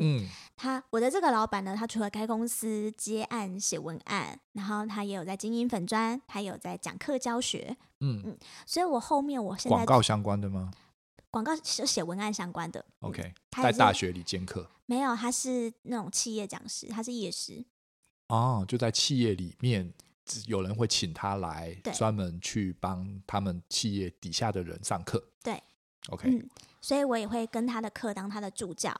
[SPEAKER 2] 嗯，
[SPEAKER 1] 他我的这个老板呢，他除了开公司接案写文案，然后他也有在经营粉砖，他也有在讲课教学，
[SPEAKER 2] 嗯，
[SPEAKER 1] 所以我后面我现
[SPEAKER 2] 广
[SPEAKER 1] 在
[SPEAKER 2] 告相关的吗
[SPEAKER 1] 广告是写文案相关的。
[SPEAKER 2] ？OK，
[SPEAKER 1] 他也
[SPEAKER 2] 在
[SPEAKER 1] 是
[SPEAKER 2] 大学里兼课
[SPEAKER 1] 没有，他是那种企业讲师，他是业师，
[SPEAKER 2] 哦，就在企业里面，只有人会请他来
[SPEAKER 1] 对
[SPEAKER 2] 专门去帮他们企业底下的人上课。
[SPEAKER 1] 对
[SPEAKER 2] ，OK，
[SPEAKER 1] 嗯，所以我也会跟他的课当他的助教。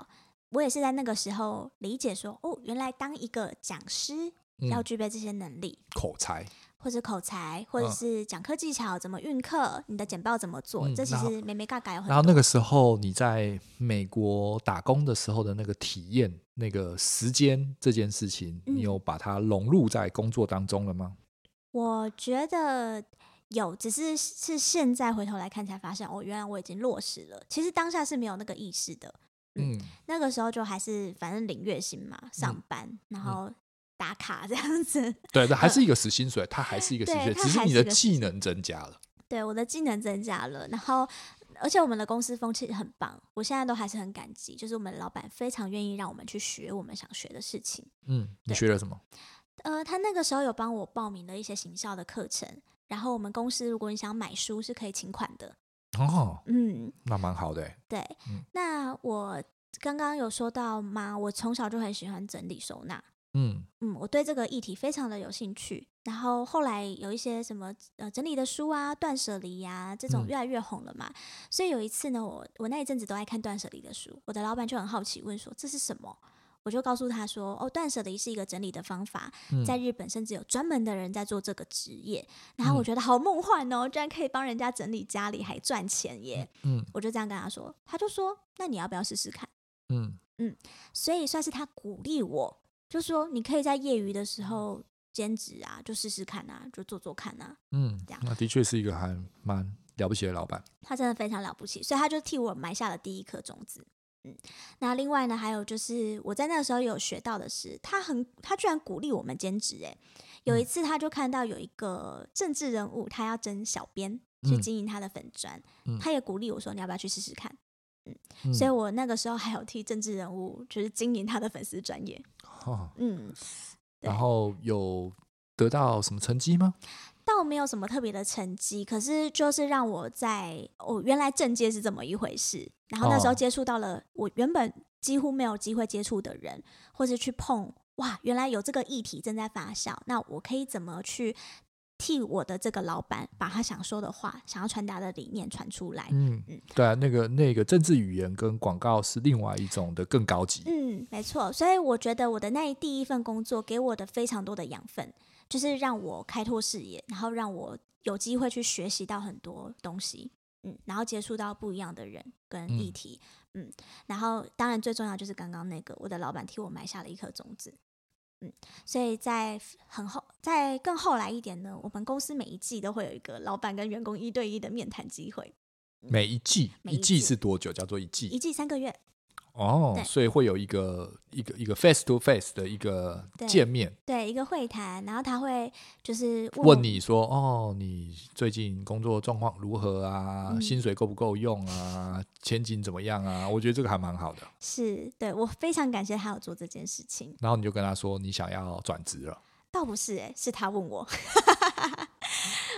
[SPEAKER 1] 我也是在那个时候理解说，哦，原来当一个讲师
[SPEAKER 2] 嗯
[SPEAKER 1] 要具备这些能力，
[SPEAKER 2] 口才，
[SPEAKER 1] 或者口才，或者
[SPEAKER 2] 嗯
[SPEAKER 1] 是讲课技巧，怎么运课，你的简报怎么做，
[SPEAKER 2] 嗯
[SPEAKER 1] 这其
[SPEAKER 2] 然后
[SPEAKER 1] 实没没嘎嘎有很
[SPEAKER 2] 然后那个时候你在美国打工的时候的那个体验，那个时间这件事情，你
[SPEAKER 1] 嗯
[SPEAKER 2] 有把它融入在工作当中了吗？
[SPEAKER 1] 我觉得有，只是是现在回头来看才发现，哦，原来我已经落实了。其实当下是没有那个意识的，
[SPEAKER 2] 嗯
[SPEAKER 1] 嗯那个时候就还是反正领月薪嘛，上班，然后打卡这样子。 <laughs>
[SPEAKER 2] 对，那还是一个死薪水，它还是一个薪水，
[SPEAKER 1] 呃对它
[SPEAKER 2] 只是
[SPEAKER 1] 还
[SPEAKER 2] 你
[SPEAKER 1] 是
[SPEAKER 2] 的
[SPEAKER 1] 一个死
[SPEAKER 2] 技能增加了。
[SPEAKER 1] 对，我的技能增加了，然后而且我们的公司风气很棒，我现在都还是很感激，就是我们老板非常愿意让我们去学我们想学的事情。
[SPEAKER 2] 嗯，你
[SPEAKER 1] 对
[SPEAKER 2] 学了什么？
[SPEAKER 1] 呃，他那个时候有帮我报名了一些行销的课程，然后我们公司如果你想买书是可以请款的。
[SPEAKER 2] 哦，
[SPEAKER 1] 嗯，
[SPEAKER 2] 那蛮好的欸。
[SPEAKER 1] 对。
[SPEAKER 2] 嗯
[SPEAKER 1] 那我刚刚有说到嘛，我从小就很喜欢整理收纳，
[SPEAKER 2] 嗯，
[SPEAKER 1] 嗯，我对这个议题非常的有兴趣。然后后来有一些什么呃整理的书啊、断舍离呀、这种
[SPEAKER 2] 嗯
[SPEAKER 1] 越来越红了嘛，所以有一次呢，我我那一阵子都爱看断舍离的书，我的老板就很好奇问说这是什么，我就告诉他说哦，断舍离是一个整理的方法，
[SPEAKER 2] 嗯
[SPEAKER 1] 在日本甚至有专门的人在做这个职业，然后我
[SPEAKER 2] 嗯
[SPEAKER 1] 觉得好梦幻哦，居然可以帮人家整理家里还赚钱耶，
[SPEAKER 2] 嗯
[SPEAKER 1] 我就这样跟他说，他就说那你要不要试试看？
[SPEAKER 2] 嗯
[SPEAKER 1] 所以算是他鼓励我，就说你可以在业余的时候兼职啊，就试试看啊，就做做看啊。
[SPEAKER 2] 嗯
[SPEAKER 1] 这样，
[SPEAKER 2] 那的确是一个还蛮了不起的老板。
[SPEAKER 1] 他真的非常了不起，所以他就替我埋下了第一颗种子。嗯，那另外呢，还有就是我在那个时候有学到的是，他很他居然鼓励我们兼职。诶，有
[SPEAKER 2] 嗯
[SPEAKER 1] 一次他就看到有一个政治人物，他要争小编去
[SPEAKER 2] 嗯
[SPEAKER 1] 经营他的粉砖，
[SPEAKER 2] 嗯
[SPEAKER 1] 他也鼓励我说你要不要去试试看。
[SPEAKER 2] 嗯
[SPEAKER 1] 所以我那个时候还有替政治人物就是经营他的粉丝专业。
[SPEAKER 2] 哦，
[SPEAKER 1] 嗯，对
[SPEAKER 2] 然后有得到什么成绩吗？
[SPEAKER 1] 倒没有什么特别的成绩，可是就是让我在哦，原来政界是这么一回事。然后那时候
[SPEAKER 2] 哦
[SPEAKER 1] 接触到了我原本几乎没有机会接触的人，或是去碰哇，原来有这个议题正在发酵，那我可以怎么去替我的这个老板把他想说的话、想要传达的理念传出来？
[SPEAKER 2] 嗯
[SPEAKER 1] 嗯，
[SPEAKER 2] 对啊，那个那个政治语言跟广告是另外一种的更高级。
[SPEAKER 1] 嗯，没错，所以我觉得我的那一第一份工作给我的非常多的养分，就是让我开拓视野，然后让我有机会去学习到很多东西，嗯，然后接触到不一样的人跟议
[SPEAKER 2] 嗯
[SPEAKER 1] 题，嗯然后当然最重要就是刚刚那个我的老板替我埋下了一颗种子，嗯，所以在很后在更后来一点呢，我们公司每一季都会有一个老板跟员工一对一的面谈机会，
[SPEAKER 2] 每一季，
[SPEAKER 1] 每
[SPEAKER 2] 一
[SPEAKER 1] 一
[SPEAKER 2] 季
[SPEAKER 1] 季
[SPEAKER 2] 是多久？叫做一季。
[SPEAKER 1] 一季三个月，
[SPEAKER 2] 哦，
[SPEAKER 1] 对
[SPEAKER 2] 所以会有一个一个一个 face to face 的一个
[SPEAKER 1] 对
[SPEAKER 2] 见面，
[SPEAKER 1] 对，一个会谈，然后他会就是问我
[SPEAKER 2] 问你说哦，你最近工作状况如何啊？
[SPEAKER 1] 嗯
[SPEAKER 2] 薪水够不够用啊？前景怎么样啊？我觉得这个还蛮好的。
[SPEAKER 1] 是对我非常感谢他有做这件事情，
[SPEAKER 2] 然后你就跟他说你想要转职了，
[SPEAKER 1] 倒不是诶、是他问我。 <laughs>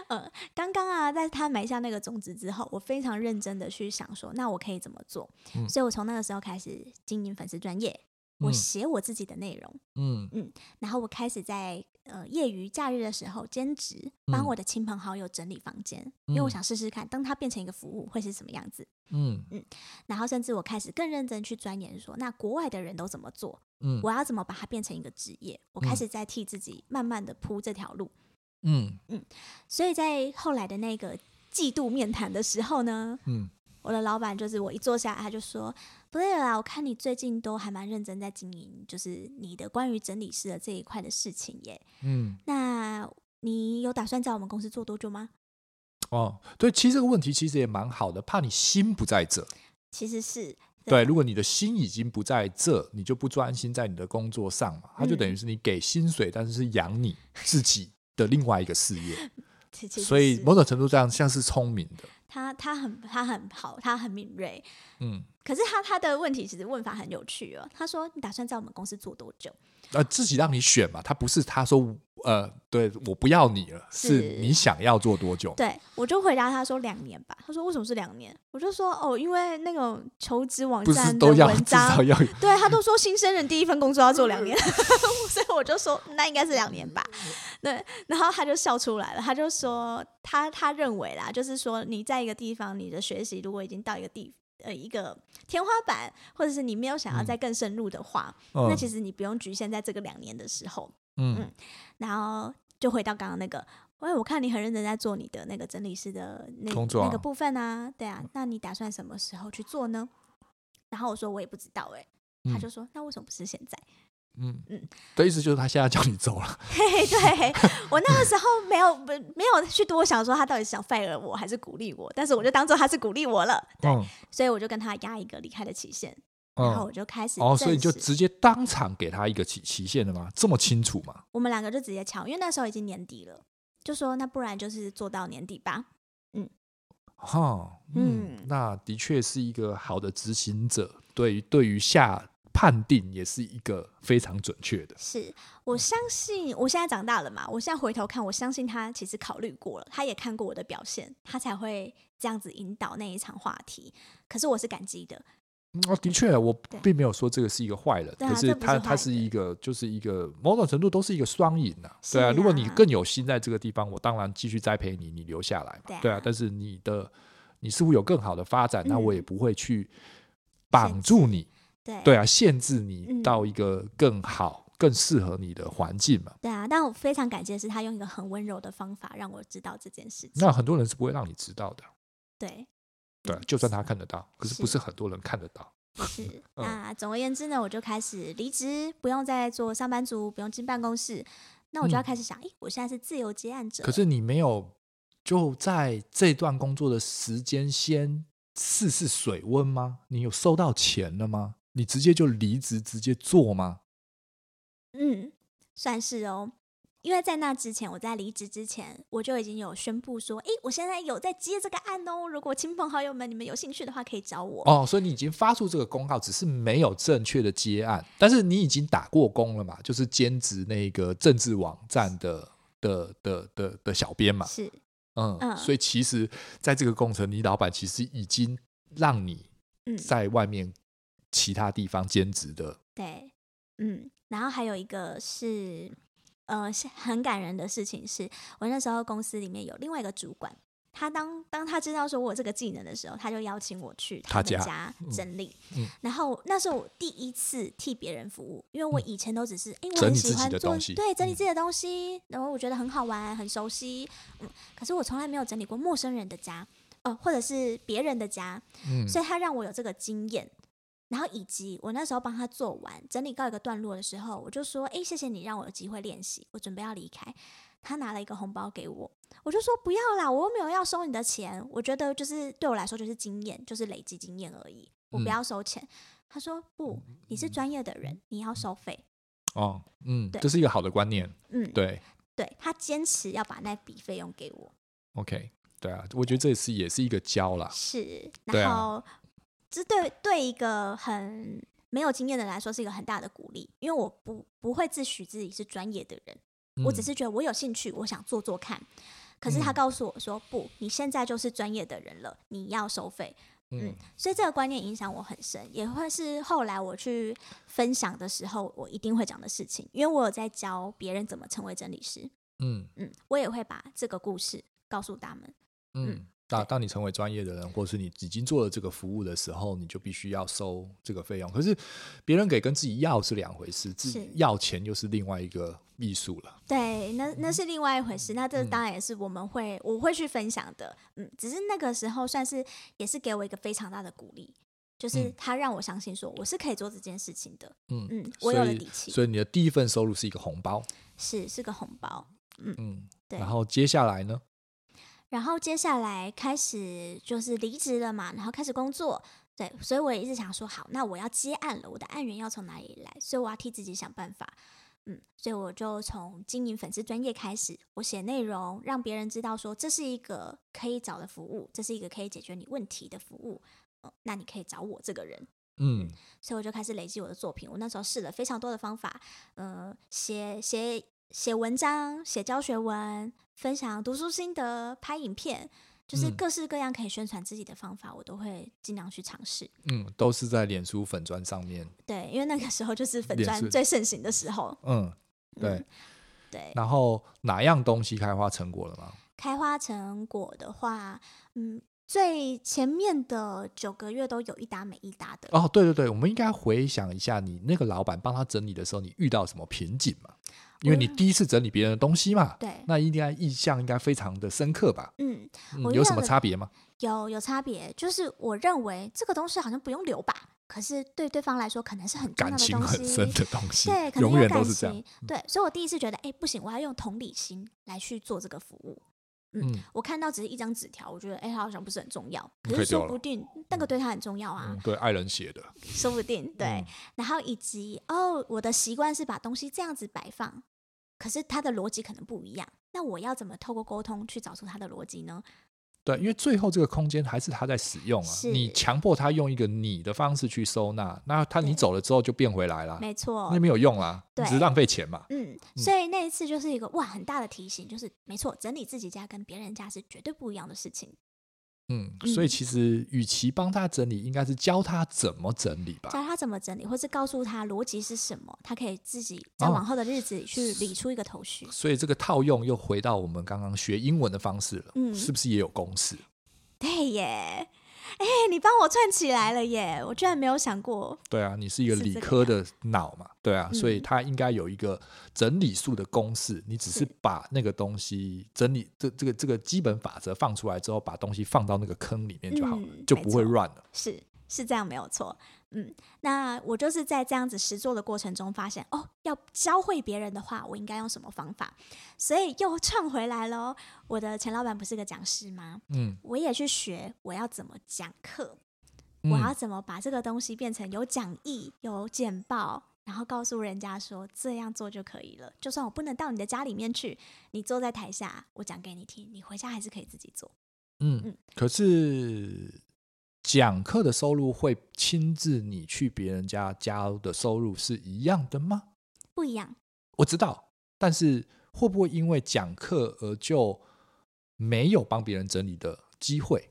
[SPEAKER 1] 呃，刚刚啊，在他埋下那个种子之后，我非常认真的去想说，那我可以怎么做？
[SPEAKER 2] 嗯
[SPEAKER 1] 所以我从那个时候开始经营粉丝专业，我
[SPEAKER 2] 嗯
[SPEAKER 1] 写我自己的内容，
[SPEAKER 2] 嗯
[SPEAKER 1] 然后我开始在呃业余假日的时候兼职，
[SPEAKER 2] 嗯
[SPEAKER 1] 帮我的亲朋好友整理房间，因为我
[SPEAKER 2] 嗯
[SPEAKER 1] 想试试看，当它变成一个服务会是什么样子。
[SPEAKER 2] 嗯
[SPEAKER 1] 然后甚至我开始更认真去钻研说，那国外的人都怎么做？
[SPEAKER 2] 嗯
[SPEAKER 1] 我要怎么把它变成一个职业？我开
[SPEAKER 2] 嗯
[SPEAKER 1] 始在替自己慢慢的铺这条路。
[SPEAKER 2] 嗯
[SPEAKER 1] 所以在后来的那个季度面谈的时候呢，
[SPEAKER 2] 嗯，
[SPEAKER 1] 我的老板就是我一坐下来，他就说：“不对啦，我看你最近都还蛮认真在经营，就是你的关于整理师的这一块的事情耶。
[SPEAKER 2] 嗯
[SPEAKER 1] 那你有打算在我们公司做多久吗？”
[SPEAKER 2] 哦，对，其实这个问题其实也蛮好的，怕你心不在这。
[SPEAKER 1] 其实是
[SPEAKER 2] 对，如果你的心已经不在这，你就不专心在你的工作上
[SPEAKER 1] 嗯
[SPEAKER 2] 嘛，它就等于是你给薪水，但是是养你自己的另外一个事业，
[SPEAKER 1] <laughs> 其其实
[SPEAKER 2] 所以
[SPEAKER 1] 是
[SPEAKER 2] 某种程度上像是聪明的，
[SPEAKER 1] 他他很他很好，他很敏锐。
[SPEAKER 2] 嗯，
[SPEAKER 1] 可是他他的问题其实问法很有趣哦。他说：“你打算在我们公司做多久？”
[SPEAKER 2] 呃，自己让你选嘛，他不是他说呃，对我不要你了，是
[SPEAKER 1] 是
[SPEAKER 2] 你想要做多久，
[SPEAKER 1] 对，我就回答他说两年吧。他说为什么是两年？我就说哦，因为那种求职网
[SPEAKER 2] 不是
[SPEAKER 1] 站的
[SPEAKER 2] 都要
[SPEAKER 1] 文
[SPEAKER 2] <laughs> 至少
[SPEAKER 1] 章，
[SPEAKER 2] 要有
[SPEAKER 1] 对他都说新生人第一份工作要做两年， <laughs> 所以我就说那应该是两年吧。
[SPEAKER 2] 嗯
[SPEAKER 1] 对，然后他就笑出来了，他就说他他认为啦，就是说你在一个地方，你的学习如果已经到一个地呃一个天花板，或者是你没有想要再更深入的话，那
[SPEAKER 2] 嗯
[SPEAKER 1] 其实你不用局限在这个两年的时候。
[SPEAKER 2] 嗯
[SPEAKER 1] 嗯然后就回到刚刚那个，喂，我看你很认真在做你的那个整理师的那
[SPEAKER 2] 工作啊嗯
[SPEAKER 1] 那个部分啊，对啊，那你打算什么时候去做呢？然后我说我也不知道哎、他
[SPEAKER 2] 嗯
[SPEAKER 1] 就说：“那为什么不是现在 <laughs>
[SPEAKER 2] 嗯嗯
[SPEAKER 1] 嗯，
[SPEAKER 2] 的意思就是他现在叫你走了，？”
[SPEAKER 1] 嘿嘿，对我那个时候没有不没有去多想说他到底是想 fire 我还是鼓励我，但是我就当做他是鼓励我了，
[SPEAKER 2] 嗯
[SPEAKER 1] 所以我就跟他压一个离开的期限，然
[SPEAKER 2] 嗯
[SPEAKER 1] 后我就开始
[SPEAKER 2] 哦，所以你
[SPEAKER 1] 证
[SPEAKER 2] 就
[SPEAKER 1] 实
[SPEAKER 2] 直接当场给他一个期期限了吗？这么清楚吗？
[SPEAKER 1] 我们两个就直接敲，因为那时候已经年底了，就说那不然就是做到年底吧。
[SPEAKER 2] 哈、嗯，
[SPEAKER 1] 嗯
[SPEAKER 2] 那的确是一个好的执行者，对于对于下判定也是一个非常准确的。
[SPEAKER 1] 是
[SPEAKER 2] 嗯
[SPEAKER 1] 我相信，我现在长大了嘛，我现在回头看，我相信他其实考虑过了，他也看过我的表现，他才会这样子引导那一场话题。可是我是感激的，
[SPEAKER 2] 嗯哦，的确，我
[SPEAKER 1] 对
[SPEAKER 2] 并没有说这个是一个坏人，
[SPEAKER 1] 对啊
[SPEAKER 2] 可是
[SPEAKER 1] 这不是
[SPEAKER 2] 他
[SPEAKER 1] 坏
[SPEAKER 2] 他是
[SPEAKER 1] 人
[SPEAKER 2] 一个，就是一个某种程度都是一个双赢呐、对啊，
[SPEAKER 1] 是
[SPEAKER 2] 如果你
[SPEAKER 1] 啊
[SPEAKER 2] 更有心在这个地方，我当然继续栽培你，你留下来嘛。
[SPEAKER 1] 对啊
[SPEAKER 2] 但是你的你似乎有更好的发展，那我也
[SPEAKER 1] 嗯
[SPEAKER 2] 不会去绑住你，
[SPEAKER 1] 对
[SPEAKER 2] 对啊，限制你
[SPEAKER 1] 嗯
[SPEAKER 2] 到一个更好、更适合你的环境嘛。
[SPEAKER 1] 对啊。但我非常感谢的是，他用一个很温柔的方法让我知道这件事情。
[SPEAKER 2] 那很多人是不会让你知道的，
[SPEAKER 1] 对，
[SPEAKER 2] 对啊、就算他嗯看得到，可是不
[SPEAKER 1] 是
[SPEAKER 2] 是很多人看得到。
[SPEAKER 1] 是。 <laughs> 那总而言之呢，我就开始离职，不用再做上班族，不用进办公室。那我就要
[SPEAKER 2] 嗯
[SPEAKER 1] 开始想，诶，我现在是自由接案者，
[SPEAKER 2] 可是你没有就在这段工作的时间先试试水温吗？你有收到钱了吗？你直接就离职直接做吗？
[SPEAKER 1] 嗯，算是哦。因为在那之前，我在离职之前，我就已经有宣布说，诶，我现在有在接这个案哦。如果亲朋好友们你们有兴趣的话，可以找我。
[SPEAKER 2] 哦，所以你已经发出这个公告，只是没有正确的接案，但是你已经打过工了嘛？就是兼职那个政治网站的的的的的小编嘛，
[SPEAKER 1] 是，
[SPEAKER 2] 嗯，
[SPEAKER 1] 嗯
[SPEAKER 2] 所以其实在这个工程，你老板其实已经让你
[SPEAKER 1] 嗯，
[SPEAKER 2] 在外面其他地方兼职的
[SPEAKER 1] 对，嗯。然后还有一个是，呃，是很感人的事情是，我那时候公司里面有另外一个主管，他当当他知道说我有这个技能的时候，他就邀请我去
[SPEAKER 2] 他
[SPEAKER 1] 们
[SPEAKER 2] 家
[SPEAKER 1] 家整理。
[SPEAKER 2] 嗯
[SPEAKER 1] 然后那时候我第一次替别人服务，因为我以前都只是哎、诶我
[SPEAKER 2] 嗯整
[SPEAKER 1] 很
[SPEAKER 2] 理
[SPEAKER 1] 喜
[SPEAKER 2] 自己
[SPEAKER 1] 欢
[SPEAKER 2] 的
[SPEAKER 1] 做
[SPEAKER 2] 东西
[SPEAKER 1] 对整理
[SPEAKER 2] 嗯
[SPEAKER 1] 自己的东西，然后我觉得很好玩，很熟悉。嗯，可是我从来没有整理过陌生人的家，呃，或者是别人的家。
[SPEAKER 2] 嗯，
[SPEAKER 1] 所以他让我有这个经验。然后以及我那时候帮他做完整理到一个段落的时候，我就说：“诶，谢谢你让我有机会练习，我准备要离开。”他拿了一个红包给我，我就说：“不要啦，我又没有要收你的钱。我觉得就是对我来说就是经验，就是累积经验而已，我不
[SPEAKER 2] 嗯
[SPEAKER 1] 要收钱。他说：“不，你是专业的人，你要收费。
[SPEAKER 2] 哦，嗯，
[SPEAKER 1] 对
[SPEAKER 2] 这是一个好的观念，”
[SPEAKER 1] 嗯，
[SPEAKER 2] 对
[SPEAKER 1] 对，他坚持要把那笔费用给我，
[SPEAKER 2] ，OK，对啊，我觉得这也是也是一个教啦，
[SPEAKER 1] 是，
[SPEAKER 2] 对
[SPEAKER 1] 然
[SPEAKER 2] 啊
[SPEAKER 1] 后这对对一个很没有经验的人来说是一个很大的鼓励，因为我不不会自诩自己是专业的人，我只
[SPEAKER 2] 嗯
[SPEAKER 1] 是觉得我有兴趣，我想做做看。可是他
[SPEAKER 2] 嗯
[SPEAKER 1] 告诉我说：“不，你现在就是专业的人了，你要收费。”
[SPEAKER 2] 嗯
[SPEAKER 1] 嗯，所以这个观念影响我很深，也会是后来我去分享的时候，我一定会讲的事情，因为我有在教别人怎么成为整理师。
[SPEAKER 2] 嗯
[SPEAKER 1] 嗯，我也会把这个故事告诉他们。
[SPEAKER 2] 嗯，当、当你成为专业的人，或是你已经做了这个服务的时候，你就必须要收这个费用。可是别人给跟自己要是两回事，自己
[SPEAKER 1] 是
[SPEAKER 2] 要钱又是另外一个艺术了。
[SPEAKER 1] 对，那那是另外一回事。那这
[SPEAKER 2] 嗯
[SPEAKER 1] 当然也是我们会、我会去分享的，嗯，只是那个时候算是也是给我一个非常大的鼓励，就是
[SPEAKER 2] 嗯
[SPEAKER 1] 他让我相信说我是可以做这件事情的，
[SPEAKER 2] 嗯
[SPEAKER 1] 嗯，我
[SPEAKER 2] 所
[SPEAKER 1] 有了
[SPEAKER 2] 以
[SPEAKER 1] 底气，
[SPEAKER 2] 所以你的第一份收入是一个红包，
[SPEAKER 1] 是是个红包，
[SPEAKER 2] 嗯，
[SPEAKER 1] 对
[SPEAKER 2] 然后接下来呢？
[SPEAKER 1] 然后接下来开始就是离职了嘛，然后开始工作。对，所以我也一直想说，好，那我要接案了，我的案源要从哪里来？所以我要替自己想办法。嗯，所以我就从经营粉丝专业开始，我写内容，让别人知道说这是一个可以找的服务，这是一个可以解决你问题的服务。嗯，那你可以找我这个人。
[SPEAKER 2] 嗯
[SPEAKER 1] 所以我就开始累积我的作品。我那时候试了非常多的方法，呃，写写写文章、写教学文、分享读书心得、拍影片，就是
[SPEAKER 2] 嗯
[SPEAKER 1] 各式各样可以宣传自己的方法，我都会尽量去尝试。
[SPEAKER 2] 嗯，都是在脸书粉砖上面，
[SPEAKER 1] 对，因为那个时候就是粉
[SPEAKER 2] 也是
[SPEAKER 1] 砖最盛行的时候。
[SPEAKER 2] 嗯，对。
[SPEAKER 1] 嗯对，
[SPEAKER 2] 然后哪样东西开花成果了吗？
[SPEAKER 1] 开花成果的话，嗯，最前面的九个月都有一搭没一搭的。
[SPEAKER 2] 哦，对对对，我们应该回想一下，你那个老板帮他整理的时候，你遇到什么瓶颈嘛？因为你第一次整理别人的东西嘛，
[SPEAKER 1] 对，
[SPEAKER 2] 那应该印象应该非常的深刻吧？
[SPEAKER 1] 嗯，
[SPEAKER 2] 嗯
[SPEAKER 1] 我遇
[SPEAKER 2] 有什
[SPEAKER 1] 到
[SPEAKER 2] 么
[SPEAKER 1] 的
[SPEAKER 2] 差别吗？
[SPEAKER 1] 有有差别，就是我认为这个东西好像不用留吧，可是对对方来说可能是很重要
[SPEAKER 2] 感
[SPEAKER 1] 的
[SPEAKER 2] 情
[SPEAKER 1] 东
[SPEAKER 2] 很深
[SPEAKER 1] 西。
[SPEAKER 2] 的东西 <laughs>
[SPEAKER 1] 对，，可能
[SPEAKER 2] 永
[SPEAKER 1] 有
[SPEAKER 2] 远都
[SPEAKER 1] 感
[SPEAKER 2] 是这样嗯
[SPEAKER 1] 情。。对，所以我第一次觉得，哎，不行，我要用同理心来去做这个服务。嗯，
[SPEAKER 2] 嗯
[SPEAKER 1] 我看到只是一张纸条，我觉得哎、他好像不是很重要，可
[SPEAKER 2] 嗯
[SPEAKER 1] 是
[SPEAKER 2] 退掉
[SPEAKER 1] 说
[SPEAKER 2] 了
[SPEAKER 1] 不定那个对他很重要啊，
[SPEAKER 2] 嗯，对，爱人写的，
[SPEAKER 1] 说不定对。
[SPEAKER 2] 嗯
[SPEAKER 1] 然后以及哦，我的习惯是把东西这样子摆放，可是他的逻辑可能不一样。那我要怎么透过沟通去找出他的逻辑呢？
[SPEAKER 2] 啊对，因为最后这个空间还是他在使用啊，
[SPEAKER 1] 是
[SPEAKER 2] 你强迫他用一个你的方式去收纳，那他你
[SPEAKER 1] 对
[SPEAKER 2] 走了之后就变回来啦，
[SPEAKER 1] 没错
[SPEAKER 2] 那，没有用啦，
[SPEAKER 1] 对
[SPEAKER 2] 只是浪费钱嘛。
[SPEAKER 1] 嗯，
[SPEAKER 2] 嗯
[SPEAKER 1] 所以那一次就是一个哇很大的提醒，就是没错，整理自己家跟别人家是绝对不一样的事情，
[SPEAKER 2] 嗯，所以
[SPEAKER 1] 嗯
[SPEAKER 2] 其实与其帮他整理，应该是教他怎么整理吧。
[SPEAKER 1] 教他怎么整理，或是告诉他逻辑是什么，他可以自己在
[SPEAKER 2] 哦
[SPEAKER 1] 往后的日子去理出一个头绪。
[SPEAKER 2] 所以这个套用又回到我们刚刚学英文的方式了，
[SPEAKER 1] 嗯
[SPEAKER 2] 是不是也有公式？
[SPEAKER 1] 对耶，哎、你帮我串起来了耶，我居然没有想过。
[SPEAKER 2] 对啊，你是一个
[SPEAKER 1] 是
[SPEAKER 2] 理
[SPEAKER 1] 这个
[SPEAKER 2] 科的脑嘛，对啊，所以
[SPEAKER 1] 嗯
[SPEAKER 2] 它应该有一个整理数的公式，你只是
[SPEAKER 1] 是
[SPEAKER 2] 把那个东西整理这这个这个基本法则放出来之后，把东西放到那个坑里面就好了，
[SPEAKER 1] 嗯
[SPEAKER 2] 就
[SPEAKER 1] 没
[SPEAKER 2] 不会
[SPEAKER 1] 错
[SPEAKER 2] 乱了。
[SPEAKER 1] 是是这样没有错，嗯，那我就是在这样子实做的过程中发现，哦，要教会别人的话，我应该用什么方法？所以又 <laughs> 串回来喽。我的前老板不是个讲师吗？
[SPEAKER 2] 嗯，
[SPEAKER 1] 我也去学我要怎么讲课，
[SPEAKER 2] 嗯
[SPEAKER 1] 我要怎么把这个东西变成有讲义、有简报，然后告诉人家说这样做就可以了。就算我不能到你的家里面去，你坐在台下，我讲给你听，你回家还是可以自己做。
[SPEAKER 2] 嗯
[SPEAKER 1] 嗯，
[SPEAKER 2] 可是讲课的收入会亲自你去别人家家的收入是一样的吗？
[SPEAKER 1] 不一样，
[SPEAKER 2] 我知道，但是会不会因为讲课而就没有帮别人整理的机会？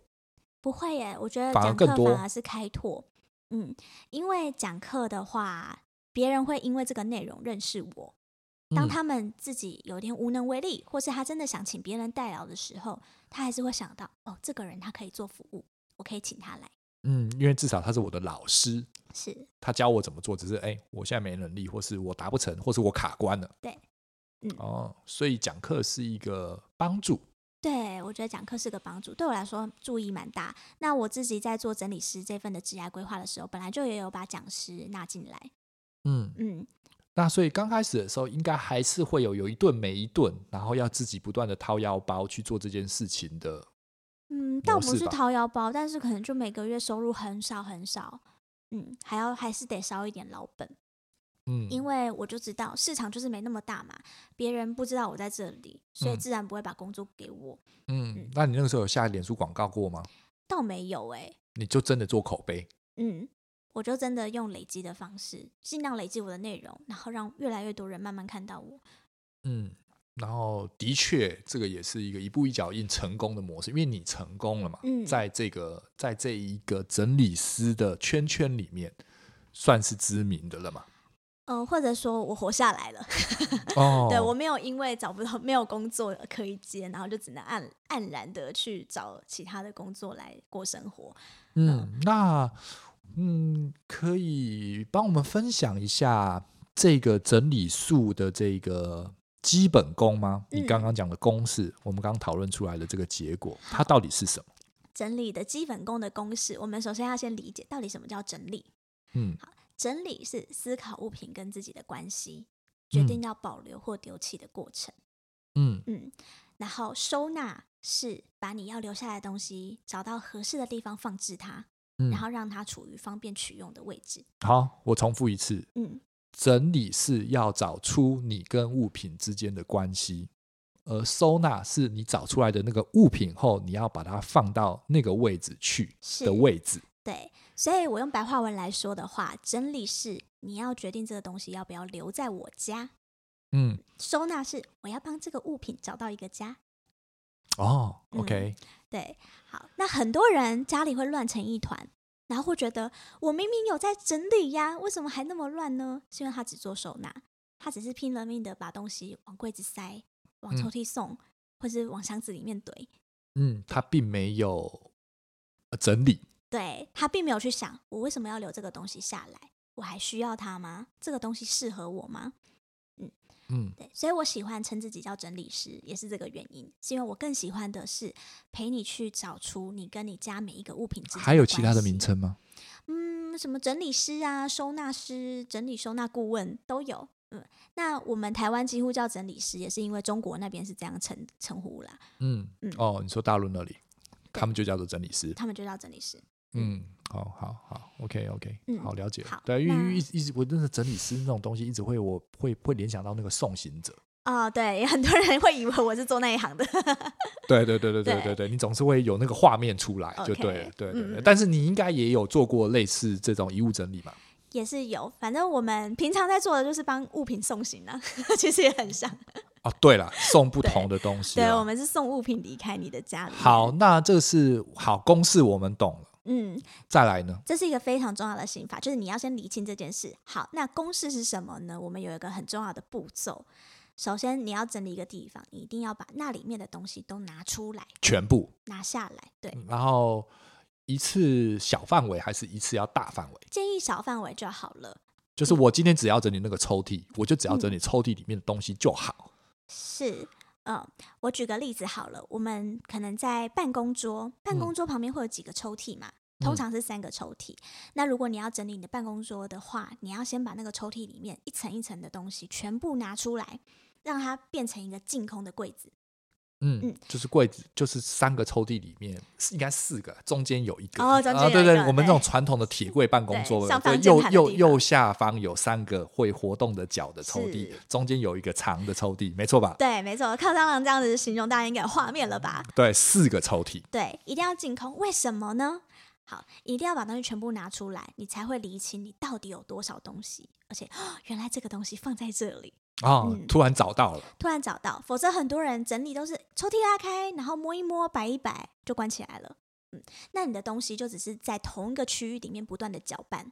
[SPEAKER 1] 不会耶，我觉得
[SPEAKER 2] 反而
[SPEAKER 1] 讲
[SPEAKER 2] 更
[SPEAKER 1] 课
[SPEAKER 2] 多
[SPEAKER 1] 反而是开拓。嗯，因为讲课的话，别人会因为这个内容认识我。当
[SPEAKER 2] 嗯
[SPEAKER 1] 他们自己有点无能为力，或是他真的想请别人代劳的时候，他还是会想到哦，这个人他可以做服务，我可以请他来。
[SPEAKER 2] 嗯，因为至少他是我的老师，
[SPEAKER 1] 是，
[SPEAKER 2] 他教我怎么做，只是哎、我现在没能力，或是我达不成，或是我卡关了。
[SPEAKER 1] 对，嗯
[SPEAKER 2] 哦，所以讲课是一个帮助。
[SPEAKER 1] 对我觉得讲课是个帮助，对我来说注意蛮大。那我自己在做整理师这份的职业规划的时候，本来就也有把讲师纳进来。
[SPEAKER 2] 嗯，
[SPEAKER 1] 嗯，
[SPEAKER 2] 那所以刚开始的时候，应该还是会有有一顿没一顿，然后要自己不断的掏腰包去做这件事情的。
[SPEAKER 1] 嗯，倒
[SPEAKER 2] 模
[SPEAKER 1] 不
[SPEAKER 2] 式
[SPEAKER 1] 是
[SPEAKER 2] 吧
[SPEAKER 1] 掏腰包，但是可能就每个月收入很少很少，嗯，还要还是得烧一点老本，
[SPEAKER 2] 嗯，
[SPEAKER 1] 因为我就知道市场就是没那么大嘛，别人不知道我在这里，所以
[SPEAKER 2] 嗯
[SPEAKER 1] 自然不会把工作给我。
[SPEAKER 2] 嗯
[SPEAKER 1] 嗯，
[SPEAKER 2] 那你那个时候有下脸书广告过吗？
[SPEAKER 1] 倒没有哎、
[SPEAKER 2] 你就真的做口碑？
[SPEAKER 1] 嗯，我就真的用累积的方式，尽量累积我的内容，然后让越来越多人慢慢看到我。
[SPEAKER 2] 嗯，然后的确，这个也是一个一步一脚印成功的模式，因为你成功了嘛，
[SPEAKER 1] 嗯
[SPEAKER 2] 在这个在这一个整理师的圈圈里面，算是知名的了
[SPEAKER 1] <laughs>
[SPEAKER 2] 嘛。
[SPEAKER 1] 嗯、或者说我活下来了， <laughs>
[SPEAKER 2] 哦
[SPEAKER 1] 对我没有因为找不到没有工作可以接，然后就只能黯黯然的去找其他的工作来过生活。
[SPEAKER 2] 嗯，那嗯，可以帮我们分享一下这个整理术的这个基本功吗？你
[SPEAKER 1] 嗯
[SPEAKER 2] 刚刚讲的公式，我们刚刚讨论出来的这个结果，它到底是什么？
[SPEAKER 1] 整理的基本功的公式，我们首先要先理解到底什么叫整理。
[SPEAKER 2] 嗯
[SPEAKER 1] 整理是思考物品跟自己的关系，决定要保留或丢弃的过程。
[SPEAKER 2] 嗯
[SPEAKER 1] 嗯，然后收纳是把你要留下来的东西找到合适的地方放置它，
[SPEAKER 2] 嗯
[SPEAKER 1] 然，后让它处于方便取用的位置。
[SPEAKER 2] 好，我重复一次，
[SPEAKER 1] 嗯，
[SPEAKER 2] 整理是要找出你跟物品之间的关系，而收纳是你找出来的那个物品后，你要把它放到那个位置去
[SPEAKER 1] 是
[SPEAKER 2] 的位置。
[SPEAKER 1] 对。所以我用白话文来说的话，整理是你要决定这个东西要不要留在我家，
[SPEAKER 2] 嗯，
[SPEAKER 1] 收纳是我要帮这个物品找到一个家。
[SPEAKER 2] 哦
[SPEAKER 1] 嗯
[SPEAKER 2] ，OK，
[SPEAKER 1] 对，好，那很多人家里会乱成一团，然后会觉得我明明有在整理呀，为什么还那么乱呢？是因为他只做收纳，他只是拼了命的把东西往柜子塞，往
[SPEAKER 2] 嗯
[SPEAKER 1] 抽屉送，或是往箱子里面堆。
[SPEAKER 2] 嗯，它并没有呃整理，
[SPEAKER 1] 对他并没有去想，我为什么要留这个东西下来？我还需要它吗？这个东西适合我吗？
[SPEAKER 2] 嗯
[SPEAKER 1] 对，所以我喜欢称自己叫整理师，也是这个原因，是因为我更喜欢的是陪你去找出你跟你家每一个物品之间
[SPEAKER 2] 还有其他的
[SPEAKER 1] 关系
[SPEAKER 2] 名称吗？
[SPEAKER 1] 嗯，什么整理师啊、收纳师、整理收纳顾问都有。那我们台湾几乎叫整理师，也是因为中国那边是这样称称呼啦，
[SPEAKER 2] 嗯
[SPEAKER 1] 嗯
[SPEAKER 2] 哦，你说大陆那里，他们就叫做整理师。
[SPEAKER 1] 他们就叫整理师。
[SPEAKER 2] 嗯，好好好，OK OK，、
[SPEAKER 1] 嗯
[SPEAKER 2] 好了解。
[SPEAKER 1] 好
[SPEAKER 2] 对，因为因为
[SPEAKER 1] 那
[SPEAKER 2] 一直一直我真的整理师那种东西，一直会我会会联想到那个送行者。
[SPEAKER 1] 哦，对，很多人会以为我是做那一行的。 <laughs>
[SPEAKER 2] 对对对对对
[SPEAKER 1] 对
[SPEAKER 2] 对对，你总是会有那个画面出来就
[SPEAKER 1] OK，
[SPEAKER 2] 对了，对对
[SPEAKER 1] 嗯
[SPEAKER 2] 对
[SPEAKER 1] 嗯。
[SPEAKER 2] 但是你应该也有做过类似这种遗物整理嘛？
[SPEAKER 1] 也是有，反正我们平常在做的就是帮物品送行啊， <laughs> 其实也很像。
[SPEAKER 2] 哦，对了，送不同的东西
[SPEAKER 1] 对，我
[SPEAKER 2] 啊。
[SPEAKER 1] 们是送物品离开你的家里。
[SPEAKER 2] 好，，那这个是好公式，我们懂了。
[SPEAKER 1] 嗯，
[SPEAKER 2] 再来呢？
[SPEAKER 1] 这是一个非常重要的刑法，就是你要先理清这件事。好，那公式是什么呢？我们有一个很重要的步骤，首先你要整理一个地方，你一定要把那里面的东西都拿出来、
[SPEAKER 2] 全部，
[SPEAKER 1] 拿下来。对，
[SPEAKER 2] 然后一次小范围还是一次要大范围？
[SPEAKER 1] 建议小范围就好了。
[SPEAKER 2] 就是
[SPEAKER 1] 嗯
[SPEAKER 2] 我今天只要整理那个抽屉，我就只要整理抽屉里面的东西就好。
[SPEAKER 1] 是，嗯，我举个例子好了，我们可能在办公桌，办公桌旁边会有几个抽屉嘛，
[SPEAKER 2] 嗯
[SPEAKER 1] 通常是三个抽屉。那如果你要整理你的办公桌的话，你要先把那个抽屉里面一层一层的东西全部拿出来，让它变成一个净空的柜子。
[SPEAKER 2] 嗯，
[SPEAKER 1] 嗯
[SPEAKER 2] 就是柜子，就是三个抽�့里面，应该四个，中间有一个。
[SPEAKER 1] 哦中间有
[SPEAKER 2] 啊、对
[SPEAKER 1] 一
[SPEAKER 2] 对，
[SPEAKER 1] 个
[SPEAKER 2] 我们这种
[SPEAKER 1] 对
[SPEAKER 2] 传统的铁柜办公
[SPEAKER 1] 对
[SPEAKER 2] 桌，
[SPEAKER 1] 像
[SPEAKER 2] 对
[SPEAKER 1] 房间
[SPEAKER 2] 右
[SPEAKER 1] 盘的
[SPEAKER 2] 右
[SPEAKER 1] 地
[SPEAKER 2] 右
[SPEAKER 1] 方
[SPEAKER 2] 下方有三个会活动的脚的抽屉
[SPEAKER 1] 是，
[SPEAKER 2] 中间有一个长的抽屉，没错吧？
[SPEAKER 1] 对，没错，靠蟑螂这样子形容，大家应该有画面了吧？
[SPEAKER 2] 对，四个抽屉。
[SPEAKER 1] 对，一定要净空，为什么呢？好，一定要把东西全部拿出来，你才会理清你到底有多少东西，而且、哦、原来这个东西放在这里。
[SPEAKER 2] 哦，
[SPEAKER 1] 嗯
[SPEAKER 2] 突然找到了，
[SPEAKER 1] 突然找到，否则很多人整理都是抽屉拉开，然后摸一摸、摆一摆就关起来了。嗯，那你的东西就只是在同一个区域里面不断的搅拌，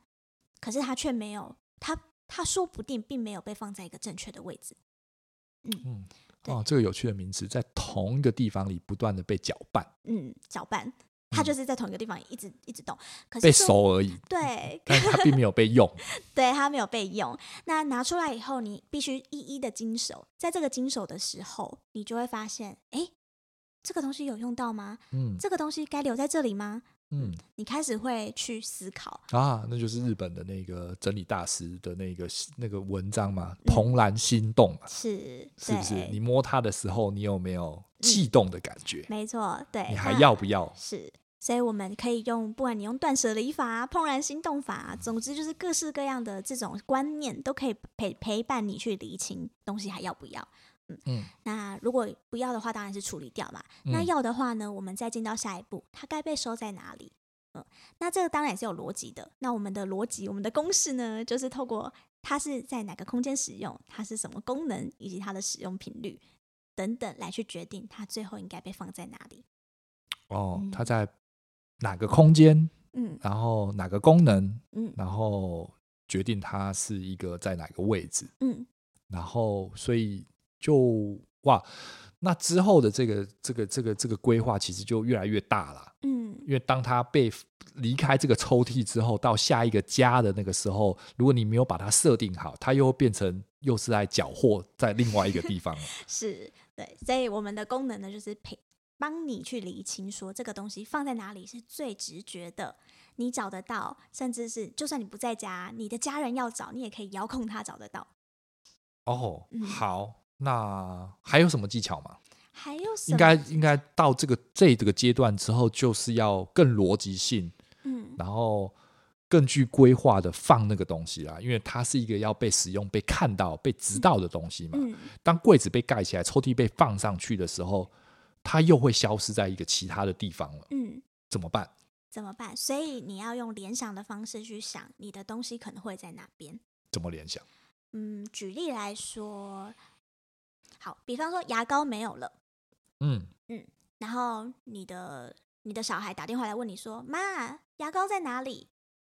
[SPEAKER 1] 可是它却没有，它它说不定并没有被放在一个正确的位置。
[SPEAKER 2] 嗯，
[SPEAKER 1] 对
[SPEAKER 2] 哦，这个有趣的名词，在同一个地方里不断的被搅拌，
[SPEAKER 1] 嗯，搅拌，它
[SPEAKER 2] 嗯
[SPEAKER 1] 就是在同一个地方一直一直动，可是
[SPEAKER 2] 被
[SPEAKER 1] 说
[SPEAKER 2] 收而已，
[SPEAKER 1] 对，
[SPEAKER 2] 但是它并没有被
[SPEAKER 1] <laughs>
[SPEAKER 2] 用。
[SPEAKER 1] 对，它没有被用。那拿出来以后，你必须一一的经手，在这个经手的时候，你就会发现，哎，这个东西有用到吗？
[SPEAKER 2] 嗯
[SPEAKER 1] 这个东西该留在这里吗？
[SPEAKER 2] 嗯，
[SPEAKER 1] 你开始会去思考，
[SPEAKER 2] 啊，那就是日本的那个整理大师的那个那个文章
[SPEAKER 1] 嗯
[SPEAKER 2] 嘛，《怦然心动》嘛，
[SPEAKER 1] 是
[SPEAKER 2] 是不是？
[SPEAKER 1] 对
[SPEAKER 2] 你摸它的时候，你有没有悸动的感觉？
[SPEAKER 1] 没错，对，
[SPEAKER 2] 你还
[SPEAKER 1] 那
[SPEAKER 2] 要不要？
[SPEAKER 1] 是。所以我们可以用，不管你用断舍离法、啊、怦然心动法、啊，总之就是各式各样的这种观念都可以陪陪伴你去理清东西还要不要。
[SPEAKER 2] 嗯，
[SPEAKER 1] 那如果不要的话，当然是处理掉嘛。那
[SPEAKER 2] 嗯
[SPEAKER 1] 要的话呢，我们再进到下一步，它该被收在哪里？嗯，那这个当然也是有逻辑的。那我们的逻辑，我们的公式呢，就是透过它是在哪个空间使用，它是什么功能，以及它的使用频率等等，来去决定它最后应该被放在哪里。
[SPEAKER 2] 哦，
[SPEAKER 1] 嗯
[SPEAKER 2] 它在哪个空间，
[SPEAKER 1] 嗯
[SPEAKER 2] 然后哪个功能，
[SPEAKER 1] 嗯
[SPEAKER 2] 然后决定它是一个在哪个位置，
[SPEAKER 1] 嗯，
[SPEAKER 2] 然后所以就哇，那之后的这个这个这个这个规划其实就越来越大了。
[SPEAKER 1] 嗯，
[SPEAKER 2] 因为当他被 f- 离开这个抽屉之后，到下一个家的那个时候，如果你没有把它设定好，它又变成又是在缴获在另外一个地方了。
[SPEAKER 1] 是对。所以我们的功能呢，就是陪帮你去理清，说这个东西放在哪里是最直觉的，你找得到，甚至是就算你不在家，你的家人要找，你也可以遥控他找得到。
[SPEAKER 2] 哦
[SPEAKER 1] 嗯，
[SPEAKER 2] 好，那还有什么技巧吗？
[SPEAKER 1] 还有什
[SPEAKER 2] 应
[SPEAKER 1] 么？
[SPEAKER 2] 该应该到这个这个阶段之后，就是要更逻辑性，
[SPEAKER 1] 嗯
[SPEAKER 2] 然后更具规划的放那个东西啦，因为它是一个要被使用、被看到、被知道的东西嘛。
[SPEAKER 1] 嗯，
[SPEAKER 2] 当柜子被盖起来，抽屉被放上去的时候，它又会消失在一个其他的地方了，
[SPEAKER 1] 嗯，
[SPEAKER 2] 怎么办？
[SPEAKER 1] 怎么办？所以你要用联想的方式去想，你的东西可能会在哪边。
[SPEAKER 2] 怎么联想？
[SPEAKER 1] 嗯，举例来说，好，比方说牙膏没有了，
[SPEAKER 2] 嗯，
[SPEAKER 1] 然后你的你的小孩打电话来问你说：“妈，牙膏在哪里？”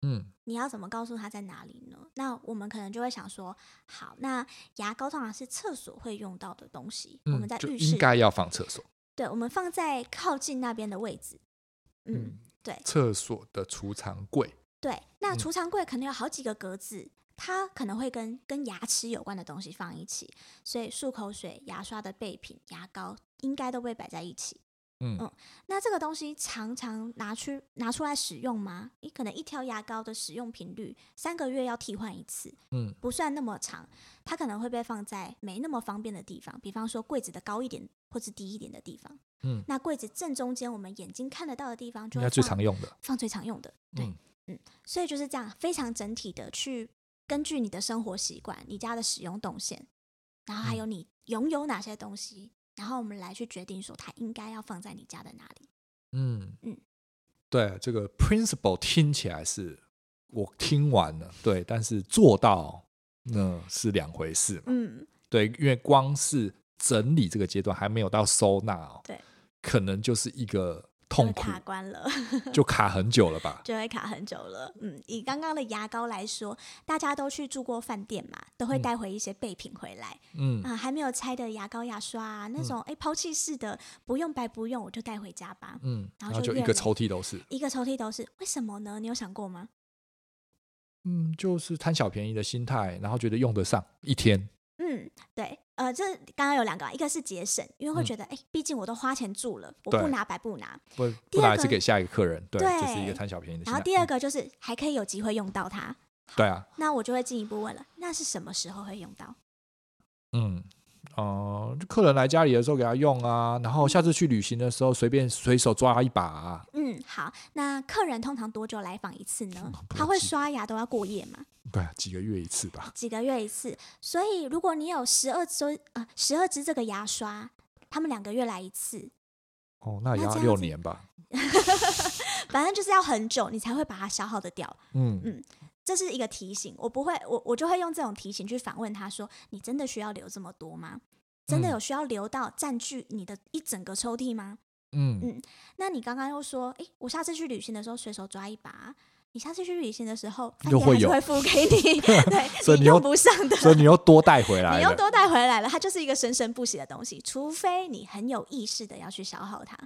[SPEAKER 2] 嗯，
[SPEAKER 1] 你要怎么告诉他在哪里呢？那我们可能就会想说，好，那牙膏通常是厕所会用到的东西，我们
[SPEAKER 2] 嗯
[SPEAKER 1] 在
[SPEAKER 2] 就
[SPEAKER 1] 浴
[SPEAKER 2] 应
[SPEAKER 1] 室，
[SPEAKER 2] 该要放厕所，
[SPEAKER 1] 对，我们放在靠近那边的位置。嗯
[SPEAKER 2] 嗯
[SPEAKER 1] 对
[SPEAKER 2] 厕所的储藏柜，
[SPEAKER 1] 对，那
[SPEAKER 2] 嗯
[SPEAKER 1] 储藏柜可能有好几个格子，它可能会跟跟牙齿有关的东西放一起，所以漱口水、牙刷的备品、牙膏应该都被摆在一起。
[SPEAKER 2] 嗯
[SPEAKER 1] 嗯那这个东西常常拿去拿出来使用吗？你可能一条牙膏的使用频率三个月要替换一次，
[SPEAKER 2] 嗯
[SPEAKER 1] 不算那么长，它可能会被放在没那么方便的地方，比方说柜子的高一点或是低一点的地方。
[SPEAKER 2] 嗯，
[SPEAKER 1] 那柜子正中间我们眼睛看得到的地方就
[SPEAKER 2] 应
[SPEAKER 1] 会
[SPEAKER 2] 该最
[SPEAKER 1] 放
[SPEAKER 2] 常用的。
[SPEAKER 1] 放最常用的，对，
[SPEAKER 2] 嗯
[SPEAKER 1] 所以就是这样，非常整体的去根据你的生活习惯、你家的使用动线，然后还
[SPEAKER 2] 嗯
[SPEAKER 1] 有你拥有哪些东西，然后我们来去决定说它应该要放在你家的哪里。
[SPEAKER 2] 嗯
[SPEAKER 1] 嗯
[SPEAKER 2] 对，这个 principle 听起来是我听完了，对，但是做到那是两回事嘛。
[SPEAKER 1] 嗯，
[SPEAKER 2] 对，因为光是整理这个阶段还没有到收纳、哦，
[SPEAKER 1] 对，
[SPEAKER 2] 可能就是一个
[SPEAKER 1] 就会
[SPEAKER 2] 痛苦，
[SPEAKER 1] 卡 <laughs> 关了，
[SPEAKER 2] 就卡很久
[SPEAKER 1] <laughs>
[SPEAKER 2] 了吧？
[SPEAKER 1] 就会卡很久了。嗯，以刚刚的牙膏来说，大家都去住过饭店嘛，都会
[SPEAKER 2] 嗯
[SPEAKER 1] 带回一些备品回来
[SPEAKER 2] 嗯
[SPEAKER 1] 啊、还没有拆的牙膏、牙刷啊，那种哎抛弃式的，不用白不用，我就带回家吧。
[SPEAKER 2] 嗯，
[SPEAKER 1] 然
[SPEAKER 2] 然
[SPEAKER 1] 后
[SPEAKER 2] 后
[SPEAKER 1] 就
[SPEAKER 2] 就一
[SPEAKER 1] 越
[SPEAKER 2] 个
[SPEAKER 1] 来
[SPEAKER 2] 抽屉都是，
[SPEAKER 1] 一个抽屉都是，为什么呢？你有想过吗？
[SPEAKER 2] 嗯，就是贪小便宜的心态，然后觉得用得上一天，
[SPEAKER 1] 嗯，对，呃，这刚刚有两个啊，一个是节省，因为会
[SPEAKER 2] 嗯
[SPEAKER 1] 觉得，哎、毕竟我都花钱住了，我
[SPEAKER 2] 对
[SPEAKER 1] 不拿白不拿。
[SPEAKER 2] 不
[SPEAKER 1] 第
[SPEAKER 2] 不
[SPEAKER 1] 二
[SPEAKER 2] 拿来是
[SPEAKER 1] 个
[SPEAKER 2] 给下一个客人，对，这是一
[SPEAKER 1] 对
[SPEAKER 2] 个贪小便宜的心
[SPEAKER 1] 然
[SPEAKER 2] 态。
[SPEAKER 1] 后第二
[SPEAKER 2] 嗯，
[SPEAKER 1] 个就是还可以有机会用到它，
[SPEAKER 2] 对啊，
[SPEAKER 1] 那我就会进一步问了，那是什么时候会用到？
[SPEAKER 2] 嗯，哦、就客人来家里的时候给他用啊，然后下次去旅行的时候随便随手抓一把、啊，
[SPEAKER 1] 嗯，好，那客人通常多久来访一次呢
[SPEAKER 2] 嗯？ <laughs> 不
[SPEAKER 1] 他
[SPEAKER 2] 要
[SPEAKER 1] 会
[SPEAKER 2] 急
[SPEAKER 1] 刷牙都要过夜吗？
[SPEAKER 2] 对啊，几个月一次吧。
[SPEAKER 1] 几个月一次，所以如果你有十二周啊十二支这个牙刷，他们两个月来一次，
[SPEAKER 2] 哦，那也
[SPEAKER 1] 那
[SPEAKER 2] 要
[SPEAKER 1] 这样
[SPEAKER 2] 六
[SPEAKER 1] 子
[SPEAKER 2] 年吧。
[SPEAKER 1] 反正就是要很久，你才会把它消耗的掉。
[SPEAKER 2] 嗯
[SPEAKER 1] 嗯这是一个提醒，我不会，我我就会用这种提醒去反问他说：“你真的需要留这么多吗？真的
[SPEAKER 2] 嗯
[SPEAKER 1] 有需要留到占据你的一整个抽屉吗
[SPEAKER 2] 嗯
[SPEAKER 1] 嗯那你刚刚又说，诶，我下次去旅行的时候随手抓一把，你下次去旅行的时候，饭
[SPEAKER 2] 又
[SPEAKER 1] 店还
[SPEAKER 2] 会
[SPEAKER 1] 是
[SPEAKER 2] 有
[SPEAKER 1] 会付给你， <laughs> 对
[SPEAKER 2] <laughs> 所以
[SPEAKER 1] 你
[SPEAKER 2] 你又
[SPEAKER 1] 用不上的，
[SPEAKER 2] 所以你又多带回来
[SPEAKER 1] <laughs> 你又
[SPEAKER 2] 了。
[SPEAKER 1] 多带回来了，它就是一个生生不息的东西，除非你很有意识的要去消耗它。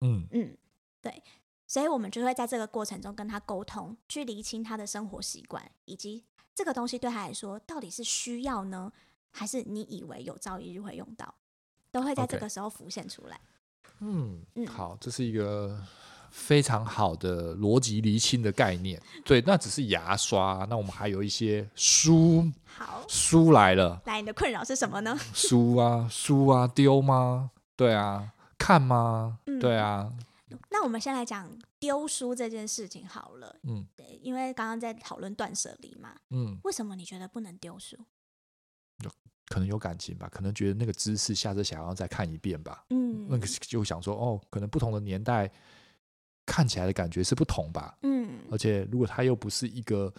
[SPEAKER 2] 嗯
[SPEAKER 1] 嗯，对，所以我们就会在这个过程中跟他沟通，去厘清他的生活习惯，以及这个东西对他来说到底是需要呢，还是你以为有朝一日会用到，都会在这
[SPEAKER 2] OK
[SPEAKER 1] 个时候浮现出来。
[SPEAKER 2] 嗯，
[SPEAKER 1] 嗯
[SPEAKER 2] 好，这是一个非常好的逻辑厘清的概念。对，那只是牙刷，啊那我们还有一些书，
[SPEAKER 1] 好，
[SPEAKER 2] 书来了，
[SPEAKER 1] 来，你的困扰是什么
[SPEAKER 2] <laughs>
[SPEAKER 1] 呢？
[SPEAKER 2] 书啊，书啊，丢吗？对啊，看吗？
[SPEAKER 1] 嗯
[SPEAKER 2] 对啊，
[SPEAKER 1] 那我们先来讲丢书这件事情好了，
[SPEAKER 2] 嗯
[SPEAKER 1] 呃因为刚刚在讨论断舍离嘛，
[SPEAKER 2] 嗯。
[SPEAKER 1] 为什么你觉得不能丢书？
[SPEAKER 2] 可能有感情吧，可能觉得那个知识下次想要再看一遍吧。
[SPEAKER 1] 嗯，
[SPEAKER 2] 那个就想说，哦，可能不同的年代看起来的感觉是不同吧。
[SPEAKER 1] 嗯
[SPEAKER 2] 而且如果它又不是一个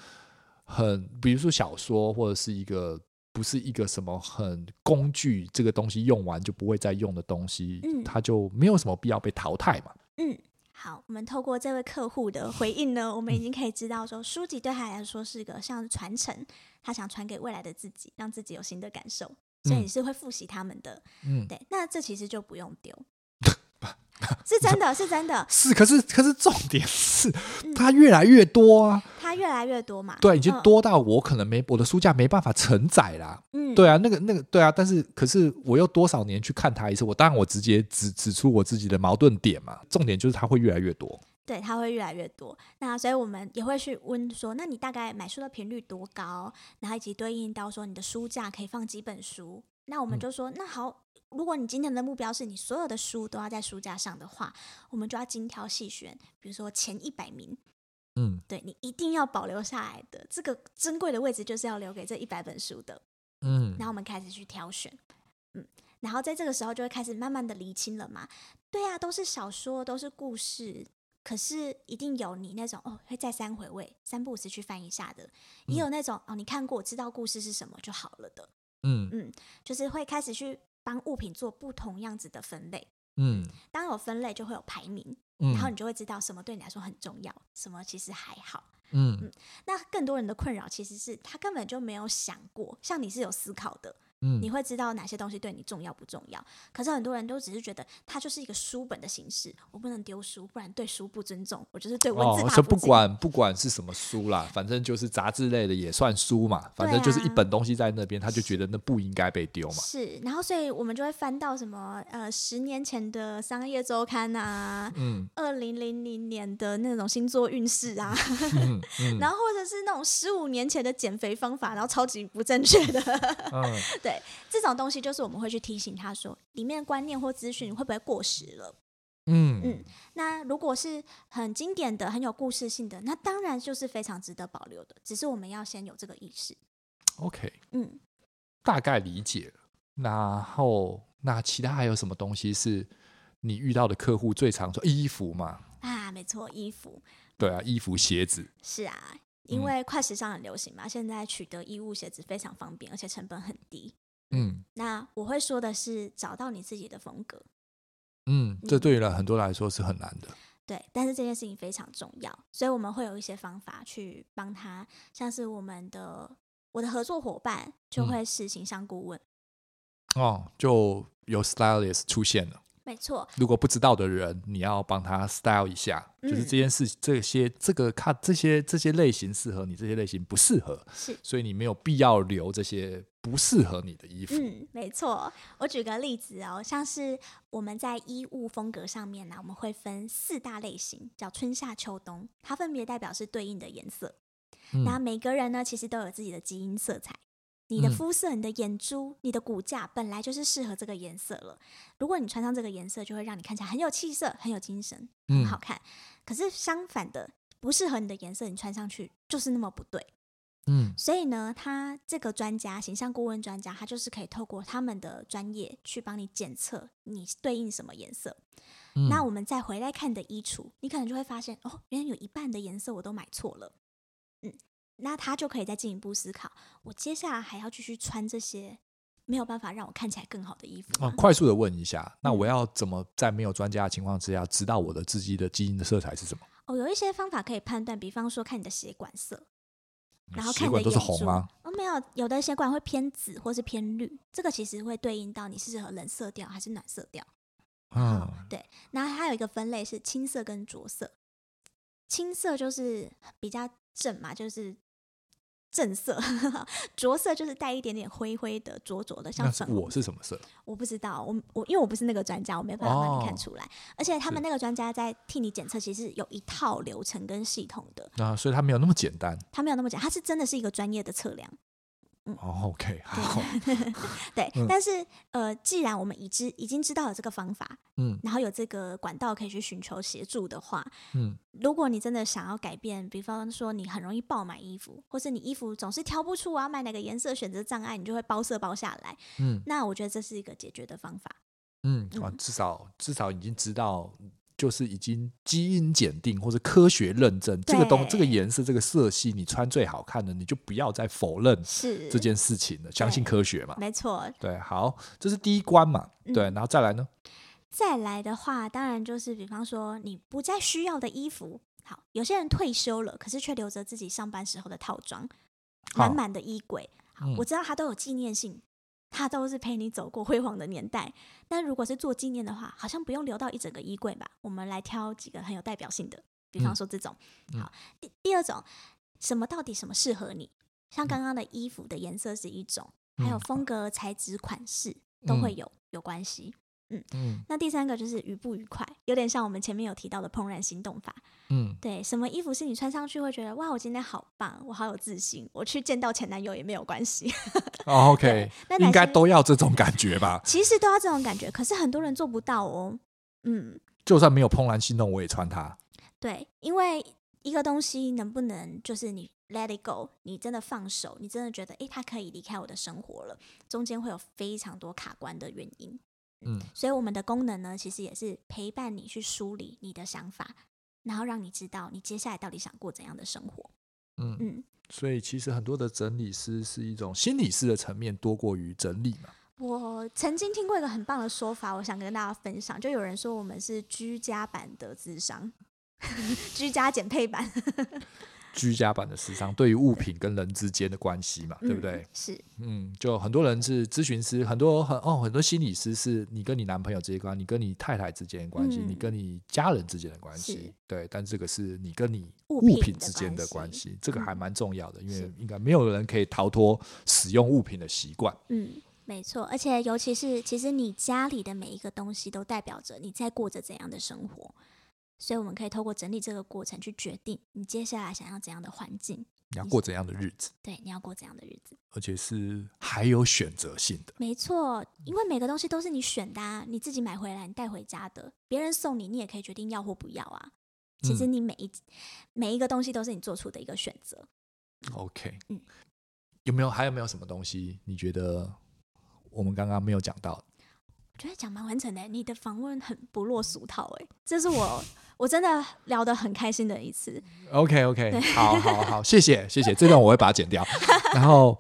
[SPEAKER 2] 很，比如说小说或者是一个不是一个什么很工具这个东西用完就不会再用的东西，
[SPEAKER 1] 嗯
[SPEAKER 2] 它就没有什么必要被淘汰嘛。
[SPEAKER 1] 嗯，好，我们透过这位客户的回应呢，我们已经可以知道说，书籍对他来说是一个像是传承，他想传给未来的自己，让自己有新的感受，所以
[SPEAKER 2] 嗯
[SPEAKER 1] 你是会复习他们的。
[SPEAKER 2] 嗯，
[SPEAKER 1] 对，那这其实就不用丢，
[SPEAKER 2] <laughs>
[SPEAKER 1] 是真的，是真的，
[SPEAKER 2] 是，可是可是重点是
[SPEAKER 1] 嗯
[SPEAKER 2] 它越来越多啊，
[SPEAKER 1] 它越来越多嘛。
[SPEAKER 2] 对，已经
[SPEAKER 1] 嗯。
[SPEAKER 2] 多到我可能没我的书架没办法承载啦。
[SPEAKER 1] 嗯， <laughs>
[SPEAKER 2] 对啊，那个那个对啊，但是可是我又多少年去看他一次，我当然我直接指指出我自己的矛盾点嘛，重点就是他会越来越多。
[SPEAKER 1] 对，它会越来越多。那所以我们也会去问说，那你大概买书的频率多高？然后以及对应到说你的书架可以放几本书。那我们
[SPEAKER 2] 嗯
[SPEAKER 1] 就说，那好，如果你今天的目标是你所有的书都要在书架上的话，我们就要精挑细选，比如说前一百名，
[SPEAKER 2] 嗯
[SPEAKER 1] 对你一定要保留下来的这个珍贵的位置，就是要留给这一百本书的。
[SPEAKER 2] 嗯
[SPEAKER 1] 然后我们开始去挑选，嗯，然后在这个时候就会开始慢慢的厘清了嘛。对啊，都是小说，都是故事，可是一定有你那种哦，会再三回味，三不五时去翻一下的，也有那种哦，你看过，知道故事是什么就好了的，
[SPEAKER 2] 嗯
[SPEAKER 1] 就是会开始去帮物品做不同样子的分类。
[SPEAKER 2] 嗯
[SPEAKER 1] 当有分类，就会有排名，然后
[SPEAKER 2] 嗯
[SPEAKER 1] 你就会知道什么对你来说很重要，什么其实还好。
[SPEAKER 2] 嗯
[SPEAKER 1] 那更多人的困扰其实是他根本就没有想过，像你是有思考的，
[SPEAKER 2] 嗯
[SPEAKER 1] 你会知道哪些东西对你重要不重要。可是很多人都只是觉得它就是一个书本的形式，我不能丢书，不然对书不尊重，我就是对文字
[SPEAKER 2] 哦，
[SPEAKER 1] 怕
[SPEAKER 2] 就
[SPEAKER 1] 不
[SPEAKER 2] 不
[SPEAKER 1] 敬
[SPEAKER 2] 管不管是什么书啦，反正就是杂志类的也算书嘛，反正就是一
[SPEAKER 1] 对啊
[SPEAKER 2] 本东西在那边，他就觉得那不应该被丢嘛。
[SPEAKER 1] 是，然后所以我们就会翻到什么呃，十年前的商业周刊啊，
[SPEAKER 2] 嗯，
[SPEAKER 1] 二零零零年的那种星座运势啊，
[SPEAKER 2] 嗯
[SPEAKER 1] <laughs>
[SPEAKER 2] 嗯
[SPEAKER 1] 然后或者是那种十五年前的减肥方法，然后超级不正确
[SPEAKER 2] <laughs>
[SPEAKER 1] 的，
[SPEAKER 2] 嗯
[SPEAKER 1] 对，这种东西就是我们会去提醒他说，里面的观念或资讯会不会过时了。
[SPEAKER 2] 嗯
[SPEAKER 1] 嗯那如果是很经典的、很有故事性的，那当然就是非常值得保留的，只是我们要先有这个意识。
[SPEAKER 2] ，OK，
[SPEAKER 1] 嗯，
[SPEAKER 2] 大概理解了。然后那其他还有什么东西是你遇到的客户最常说衣服嘛？
[SPEAKER 1] 啊，没错，衣服。
[SPEAKER 2] 对啊，衣服、鞋子，
[SPEAKER 1] 是啊，
[SPEAKER 2] 嗯
[SPEAKER 1] 因为快时尚很流行嘛，现在取得衣物鞋子非常方便，而且成本很低。
[SPEAKER 2] 嗯
[SPEAKER 1] 那我会说的是，找到你自己的风格，
[SPEAKER 2] 嗯，这对于人很多来说是很难的。
[SPEAKER 1] 对。但是这件事情非常重要，所以我们会有一些方法去帮他，像是我们的我的合作伙伴就
[SPEAKER 2] 嗯
[SPEAKER 1] 会是形象顾问，
[SPEAKER 2] 哦，就有 stylist 出现了。
[SPEAKER 1] 没错，
[SPEAKER 2] 如果不知道的人，你要帮他 style 一下，就是
[SPEAKER 1] 嗯
[SPEAKER 2] 这件事、这些、这个看这些这些类型适合你，这些类型不适合，
[SPEAKER 1] 是。
[SPEAKER 2] 所以你没有必要留这些不适合你的衣服。
[SPEAKER 1] 嗯，没错。我举个例子哦，像是我们在衣物风格上面啊呢、我们会分四大类型，叫春夏秋冬，它分别代表是对应的颜色。
[SPEAKER 2] 嗯
[SPEAKER 1] 那每个人呢，其实都有自己的基因色彩。你的
[SPEAKER 2] 嗯
[SPEAKER 1] 肤色、你的眼珠、你的骨架本来就是适合这个颜色了。如果你穿上这个颜色，就会让你看起来很有气色、很有精神、很
[SPEAKER 2] 嗯
[SPEAKER 1] 好看。可是相反的，不适合你的颜色，你穿上去就是那么不对。
[SPEAKER 2] 嗯
[SPEAKER 1] 所以呢，他这个专家、形象顾问专家，他就是可以透过他们的专业去帮你检测你对应什么颜色。
[SPEAKER 2] 嗯
[SPEAKER 1] 那我们再回来看你的衣橱，你可能就会发现，哦，原来有一半的颜色我都买错了。嗯，那他就可以再进一步思考，我接下来还要继续穿这些没有办法让我看起来更好的衣服
[SPEAKER 2] 哦
[SPEAKER 1] 吗，？
[SPEAKER 2] 快速的问一下，那我要怎么在没有专家的情况之下，知道我的自己的基因的色彩是什么？
[SPEAKER 1] 哦，有一些方法可以判断，比方说看你的血管色，然后
[SPEAKER 2] 嗯血
[SPEAKER 1] 看你
[SPEAKER 2] 管
[SPEAKER 1] 的
[SPEAKER 2] 都是
[SPEAKER 1] 眼
[SPEAKER 2] 红
[SPEAKER 1] 珠
[SPEAKER 2] 啊，
[SPEAKER 1] 哦，没有，有的血管会偏紫或是偏绿，这个其实会对应到你是适合冷色调还是暖色调。
[SPEAKER 2] 嗯
[SPEAKER 1] 对，那它有一个分类是青色跟着色，青色就是比较正嘛，就是正色， <laughs> 着色就是带一点点灰灰的、灼灼的，像
[SPEAKER 2] 那是
[SPEAKER 1] 粉红
[SPEAKER 2] 我是什么色？
[SPEAKER 1] 我不知道，我我因为我不是那个专家，我没办法帮你看
[SPEAKER 2] 哦
[SPEAKER 1] 出来。而且他们
[SPEAKER 2] 是
[SPEAKER 1] 那个专家在替你检测，其实有一套流程跟系统的，
[SPEAKER 2] 那、所以它没有那么简单。
[SPEAKER 1] 他没有那么讲，他是真的是一个专业的测量。
[SPEAKER 2] 哦，OK，好，
[SPEAKER 1] 对，
[SPEAKER 2] 嗯
[SPEAKER 1] 但是呃，既然我们已知已经知道有这个方法，
[SPEAKER 2] 嗯
[SPEAKER 1] 然后有这个管道可以去寻求协助的话，
[SPEAKER 2] 嗯
[SPEAKER 1] 如果你真的想要改变，比方说你很容易爆买衣服，或是你衣服总是挑不出我要买哪个颜色，选择障碍，你就会包色包下来。
[SPEAKER 2] 嗯
[SPEAKER 1] 那我觉得这是一个解决的方法。
[SPEAKER 2] 嗯，啊，至少至少已经知道，就是已经基因检定或者科学认证这个东这个
[SPEAKER 1] 对
[SPEAKER 2] 颜色这个色系，你穿最好看的，你就不要再否认
[SPEAKER 1] 是
[SPEAKER 2] 这件事情了，相信
[SPEAKER 1] 对
[SPEAKER 2] 科学嘛。
[SPEAKER 1] 没错。
[SPEAKER 2] 对，好，这是第一关嘛，
[SPEAKER 1] 嗯
[SPEAKER 2] 对，然后再来呢？
[SPEAKER 1] 再来的话，当然就是比方说你不再需要的衣服。好，有些人退休了，可是却留着自己上班时候的套装，
[SPEAKER 2] 好
[SPEAKER 1] 满满的衣柜。好
[SPEAKER 2] 嗯
[SPEAKER 1] 我知道它都有纪念性，它都是陪你走过辉煌的年代。但如果是做纪念的话，好像不用留到一整个衣柜吧？我们来挑几个很有代表性的，比方
[SPEAKER 2] 嗯
[SPEAKER 1] 说这种。
[SPEAKER 2] 嗯
[SPEAKER 1] 好，第第二种，什么到底什么适合你？像刚刚的衣服的颜色是一种，还有
[SPEAKER 2] 嗯
[SPEAKER 1] 风格、材质、款式都会
[SPEAKER 2] 嗯
[SPEAKER 1] 有有关系。
[SPEAKER 2] 嗯
[SPEAKER 1] 那第三个就是愉不愉快，有点像我们前面有提到的怦然心动法。 <laughs>
[SPEAKER 2] 嗯
[SPEAKER 1] 对，什么衣服是你穿上去会觉得哇，我今天好棒，我好有自信，我去见到前男友也没有关系。 <laughs>
[SPEAKER 2] 哦，OK，
[SPEAKER 1] 那哪
[SPEAKER 2] 应该
[SPEAKER 1] 些？
[SPEAKER 2] 都要这种感觉吧
[SPEAKER 1] 其实都要这种感觉，可是很多人做不到哦。嗯，
[SPEAKER 2] 就算没有怦然心动，我也穿它。
[SPEAKER 1] 对，因为一个东西能不能就是你 let it go，你真的放手，你真的觉得诶，它可以离开我的生活了，中间会有非常多卡关的原因。
[SPEAKER 2] 嗯
[SPEAKER 1] 所以我们的功能呢，其实也是陪伴你去梳理你的想法，然后让你知道你接下来到底想过怎样的生活。
[SPEAKER 2] 嗯，
[SPEAKER 1] 嗯，
[SPEAKER 2] 所以其实很多的整理师是一种心理师的层面多过于整理嘛。
[SPEAKER 1] 我曾经听过一个很棒的说法，我想跟大家分享。就有人说我 <laughs> 们是居家版的智商，居家减配版。
[SPEAKER 2] 居家版的时尚对于物品跟人之间的关系嘛，对不对
[SPEAKER 1] 嗯？？是，
[SPEAKER 2] 嗯，就很多人是咨询师，很多很哦，很多心理师是你跟你男朋友之间的关系，你跟你太太之间的关系，
[SPEAKER 1] 嗯
[SPEAKER 2] 你跟你家人之间的关
[SPEAKER 1] 是
[SPEAKER 2] 系，对。但这个是你跟你
[SPEAKER 1] 物
[SPEAKER 2] 物
[SPEAKER 1] 品
[SPEAKER 2] 品
[SPEAKER 1] 的
[SPEAKER 2] 之间的
[SPEAKER 1] 关
[SPEAKER 2] 关
[SPEAKER 1] 系
[SPEAKER 2] 系，这个还
[SPEAKER 1] 嗯
[SPEAKER 2] 蛮重要的，因为
[SPEAKER 1] 是
[SPEAKER 2] 应该没有人可以逃脱使用物品的习惯。
[SPEAKER 1] 嗯，没错。而且尤其是，其实你家里的每一个东西都代表着你在过着怎样的生活，所以我们可以透过整理这个过程去决定你接下来想要怎样的环境，
[SPEAKER 2] 你要过怎样的日子，
[SPEAKER 1] 对，你要过怎样的日子。
[SPEAKER 2] 而且是还有选择性的。
[SPEAKER 1] 没错，因为每个东西都是你选的、啊，你自己买回来，你带回家的，别人送你，你也可以决定要或不要啊。其实
[SPEAKER 2] 嗯
[SPEAKER 1] 你每一、每一个东西都是你做出的一个选择。
[SPEAKER 2] OK，
[SPEAKER 1] 嗯
[SPEAKER 2] 有没有还有没有什么东西你觉得我们刚刚没有讲到的？
[SPEAKER 1] 我觉得讲蛮完整的，你的访问很不落俗套，哎，这是我 <laughs> 我真的聊得很开心的一次。
[SPEAKER 2] OK OK，好好好，谢谢谢谢，这段我会把它
[SPEAKER 1] <laughs>
[SPEAKER 2] 剪掉。然后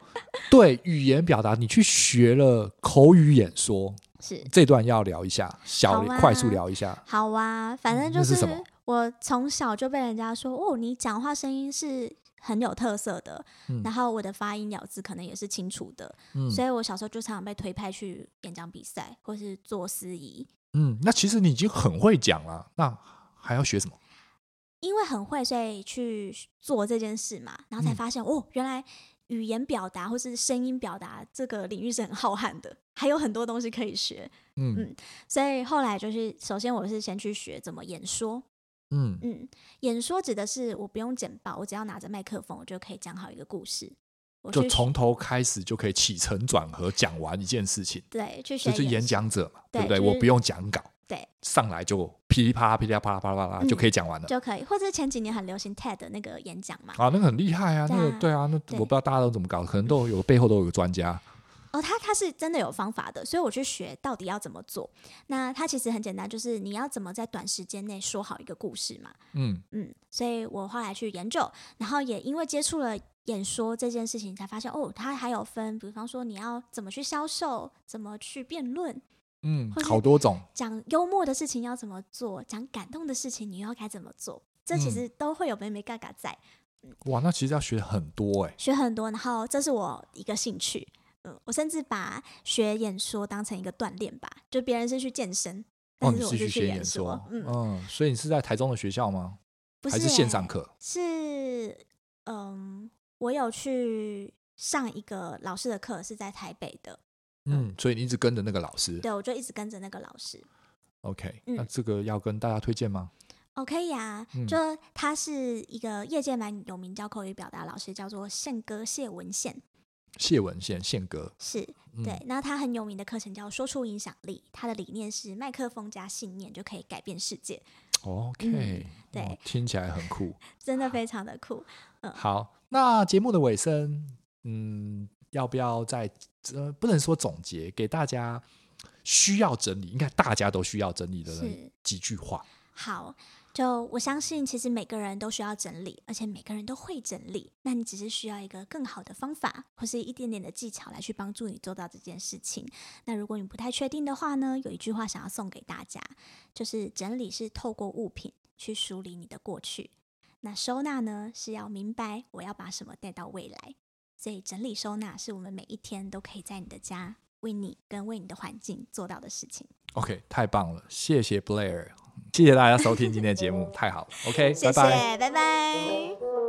[SPEAKER 2] 对语言表达，你去学了口语演说，
[SPEAKER 1] 是，
[SPEAKER 2] 这段要聊一下，小、
[SPEAKER 1] 好啊
[SPEAKER 2] 快速聊一下。
[SPEAKER 1] 好啊，反正
[SPEAKER 2] 嗯
[SPEAKER 1] 就
[SPEAKER 2] 那是
[SPEAKER 1] 是
[SPEAKER 2] 什么
[SPEAKER 1] 我从小就被人家说，哦，你讲话声音是很有特色的，
[SPEAKER 2] 嗯
[SPEAKER 1] 然后我的发音咬字可能也是清楚的，
[SPEAKER 2] 嗯
[SPEAKER 1] 所以我小时候就常常被推派去演讲比赛或是做司仪，
[SPEAKER 2] 嗯，那其实你已经很会讲了，那还要学什么？
[SPEAKER 1] 因为很会，所以去做这件事嘛，然后才
[SPEAKER 2] 嗯
[SPEAKER 1] 发现、哦，原来语言表达或是声音表达这个领域是很浩瀚的，还有很多东西可以学，
[SPEAKER 2] 嗯
[SPEAKER 1] 嗯所以后来就是，首先我是先去学怎么演说，
[SPEAKER 2] 嗯
[SPEAKER 1] 嗯，演说指的是我不用简报，我只要拿着麦克风，我就可以讲好一个故事。我
[SPEAKER 2] 就
[SPEAKER 1] 去
[SPEAKER 2] 从头开始就可以起承转合讲完一件事情，
[SPEAKER 1] 对去学
[SPEAKER 2] 就是演
[SPEAKER 1] 说
[SPEAKER 2] 讲者嘛，对
[SPEAKER 1] 啊对
[SPEAKER 2] 不对？
[SPEAKER 1] 就是
[SPEAKER 2] 我不用讲稿，
[SPEAKER 1] 对
[SPEAKER 2] 上来就噼里啪啦、噼里啪啦、啪啦啪啦
[SPEAKER 1] 嗯
[SPEAKER 2] 就可以讲完了。
[SPEAKER 1] 就可以，或者前几年很流行 TED 的那个演讲嘛。
[SPEAKER 2] 啊，那个很厉害啊，
[SPEAKER 1] 对
[SPEAKER 2] 那
[SPEAKER 1] 啊
[SPEAKER 2] 个对啊，那
[SPEAKER 1] 对
[SPEAKER 2] 我不知道大家都怎么搞，可能都有背后都有个专家。
[SPEAKER 1] 哦，他他是真的有方法的，所以我去学到底要怎么做。那它其实很简单，就是你要怎么在短时间内说好一个故事嘛。
[SPEAKER 2] 嗯，
[SPEAKER 1] 嗯，所以我后来去研究，然后也因为接触了演说这件事情，才发现哦，它还有分，比方说你要怎么去销售，怎么去辩论，
[SPEAKER 2] 嗯
[SPEAKER 1] 或，是
[SPEAKER 2] 好多种，
[SPEAKER 1] 讲幽默的事情要怎么做，讲感动的事情你又该怎么做，这其
[SPEAKER 2] 嗯
[SPEAKER 1] 实都会有美美嘎嘎在，
[SPEAKER 2] 哇，那其实要学很多哎、
[SPEAKER 1] 学很多。然后这是我一个兴趣，嗯，我甚至把学演说当成一个锻炼吧，就别人是去健身，
[SPEAKER 2] 哦，
[SPEAKER 1] 但
[SPEAKER 2] 你
[SPEAKER 1] 是我
[SPEAKER 2] 去
[SPEAKER 1] 是
[SPEAKER 2] 学
[SPEAKER 1] 演
[SPEAKER 2] 说，
[SPEAKER 1] 嗯，
[SPEAKER 2] 所以你是在台中的学校吗？
[SPEAKER 1] 不
[SPEAKER 2] 还
[SPEAKER 1] 是
[SPEAKER 2] 是线上
[SPEAKER 1] 欸，
[SPEAKER 2] 课？
[SPEAKER 1] 是嗯，我有去上一个老师的课，是在台北的，
[SPEAKER 2] 嗯，所以你一直跟着那个老师。
[SPEAKER 1] 对我就一直跟着那个老师。
[SPEAKER 2] OK，、
[SPEAKER 1] 嗯
[SPEAKER 2] 那这个要跟大家推荐吗？
[SPEAKER 1] 哦，可以啊，
[SPEAKER 2] 嗯
[SPEAKER 1] 就他是一个业界蛮有名叫口语表达老师，叫做宪哥谢文宪，
[SPEAKER 2] 谢文宪宪哥，
[SPEAKER 1] 是
[SPEAKER 2] 嗯、
[SPEAKER 1] 对，，那他很有名的课程叫《说出影响力》，他的理念是麦克风加信念就可以改变世界，
[SPEAKER 2] ，OK，、
[SPEAKER 1] 嗯对嗯
[SPEAKER 2] 哦听起来很酷。
[SPEAKER 1] 真的非常的酷。
[SPEAKER 2] 好，那节目的尾声，嗯，要不要再呃，不能说总结，给大家需要整理，应该大家都需要整理的
[SPEAKER 1] 是
[SPEAKER 2] 几句话。
[SPEAKER 1] 好，就我相信，其实每个人都需要整理，而且每个人都会整理。那你只是需要一个更好的方法，或是一点点的技巧来去帮助你做到这件事情。那如果你不太确定的话呢，有一句话想要送给大家，就是整理是透过物品去梳理你的过去，那收纳呢是要明白我要把什么带到未来。所以整理收纳是我们每一天都可以在你的家为你跟为你的环境做到的事情。
[SPEAKER 2] OK，太棒了，谢 <laughs> 谢 Blair，谢谢大家收听今天的节目，太好了。OK，
[SPEAKER 1] 谢谢，
[SPEAKER 2] 拜拜。
[SPEAKER 1] 拜拜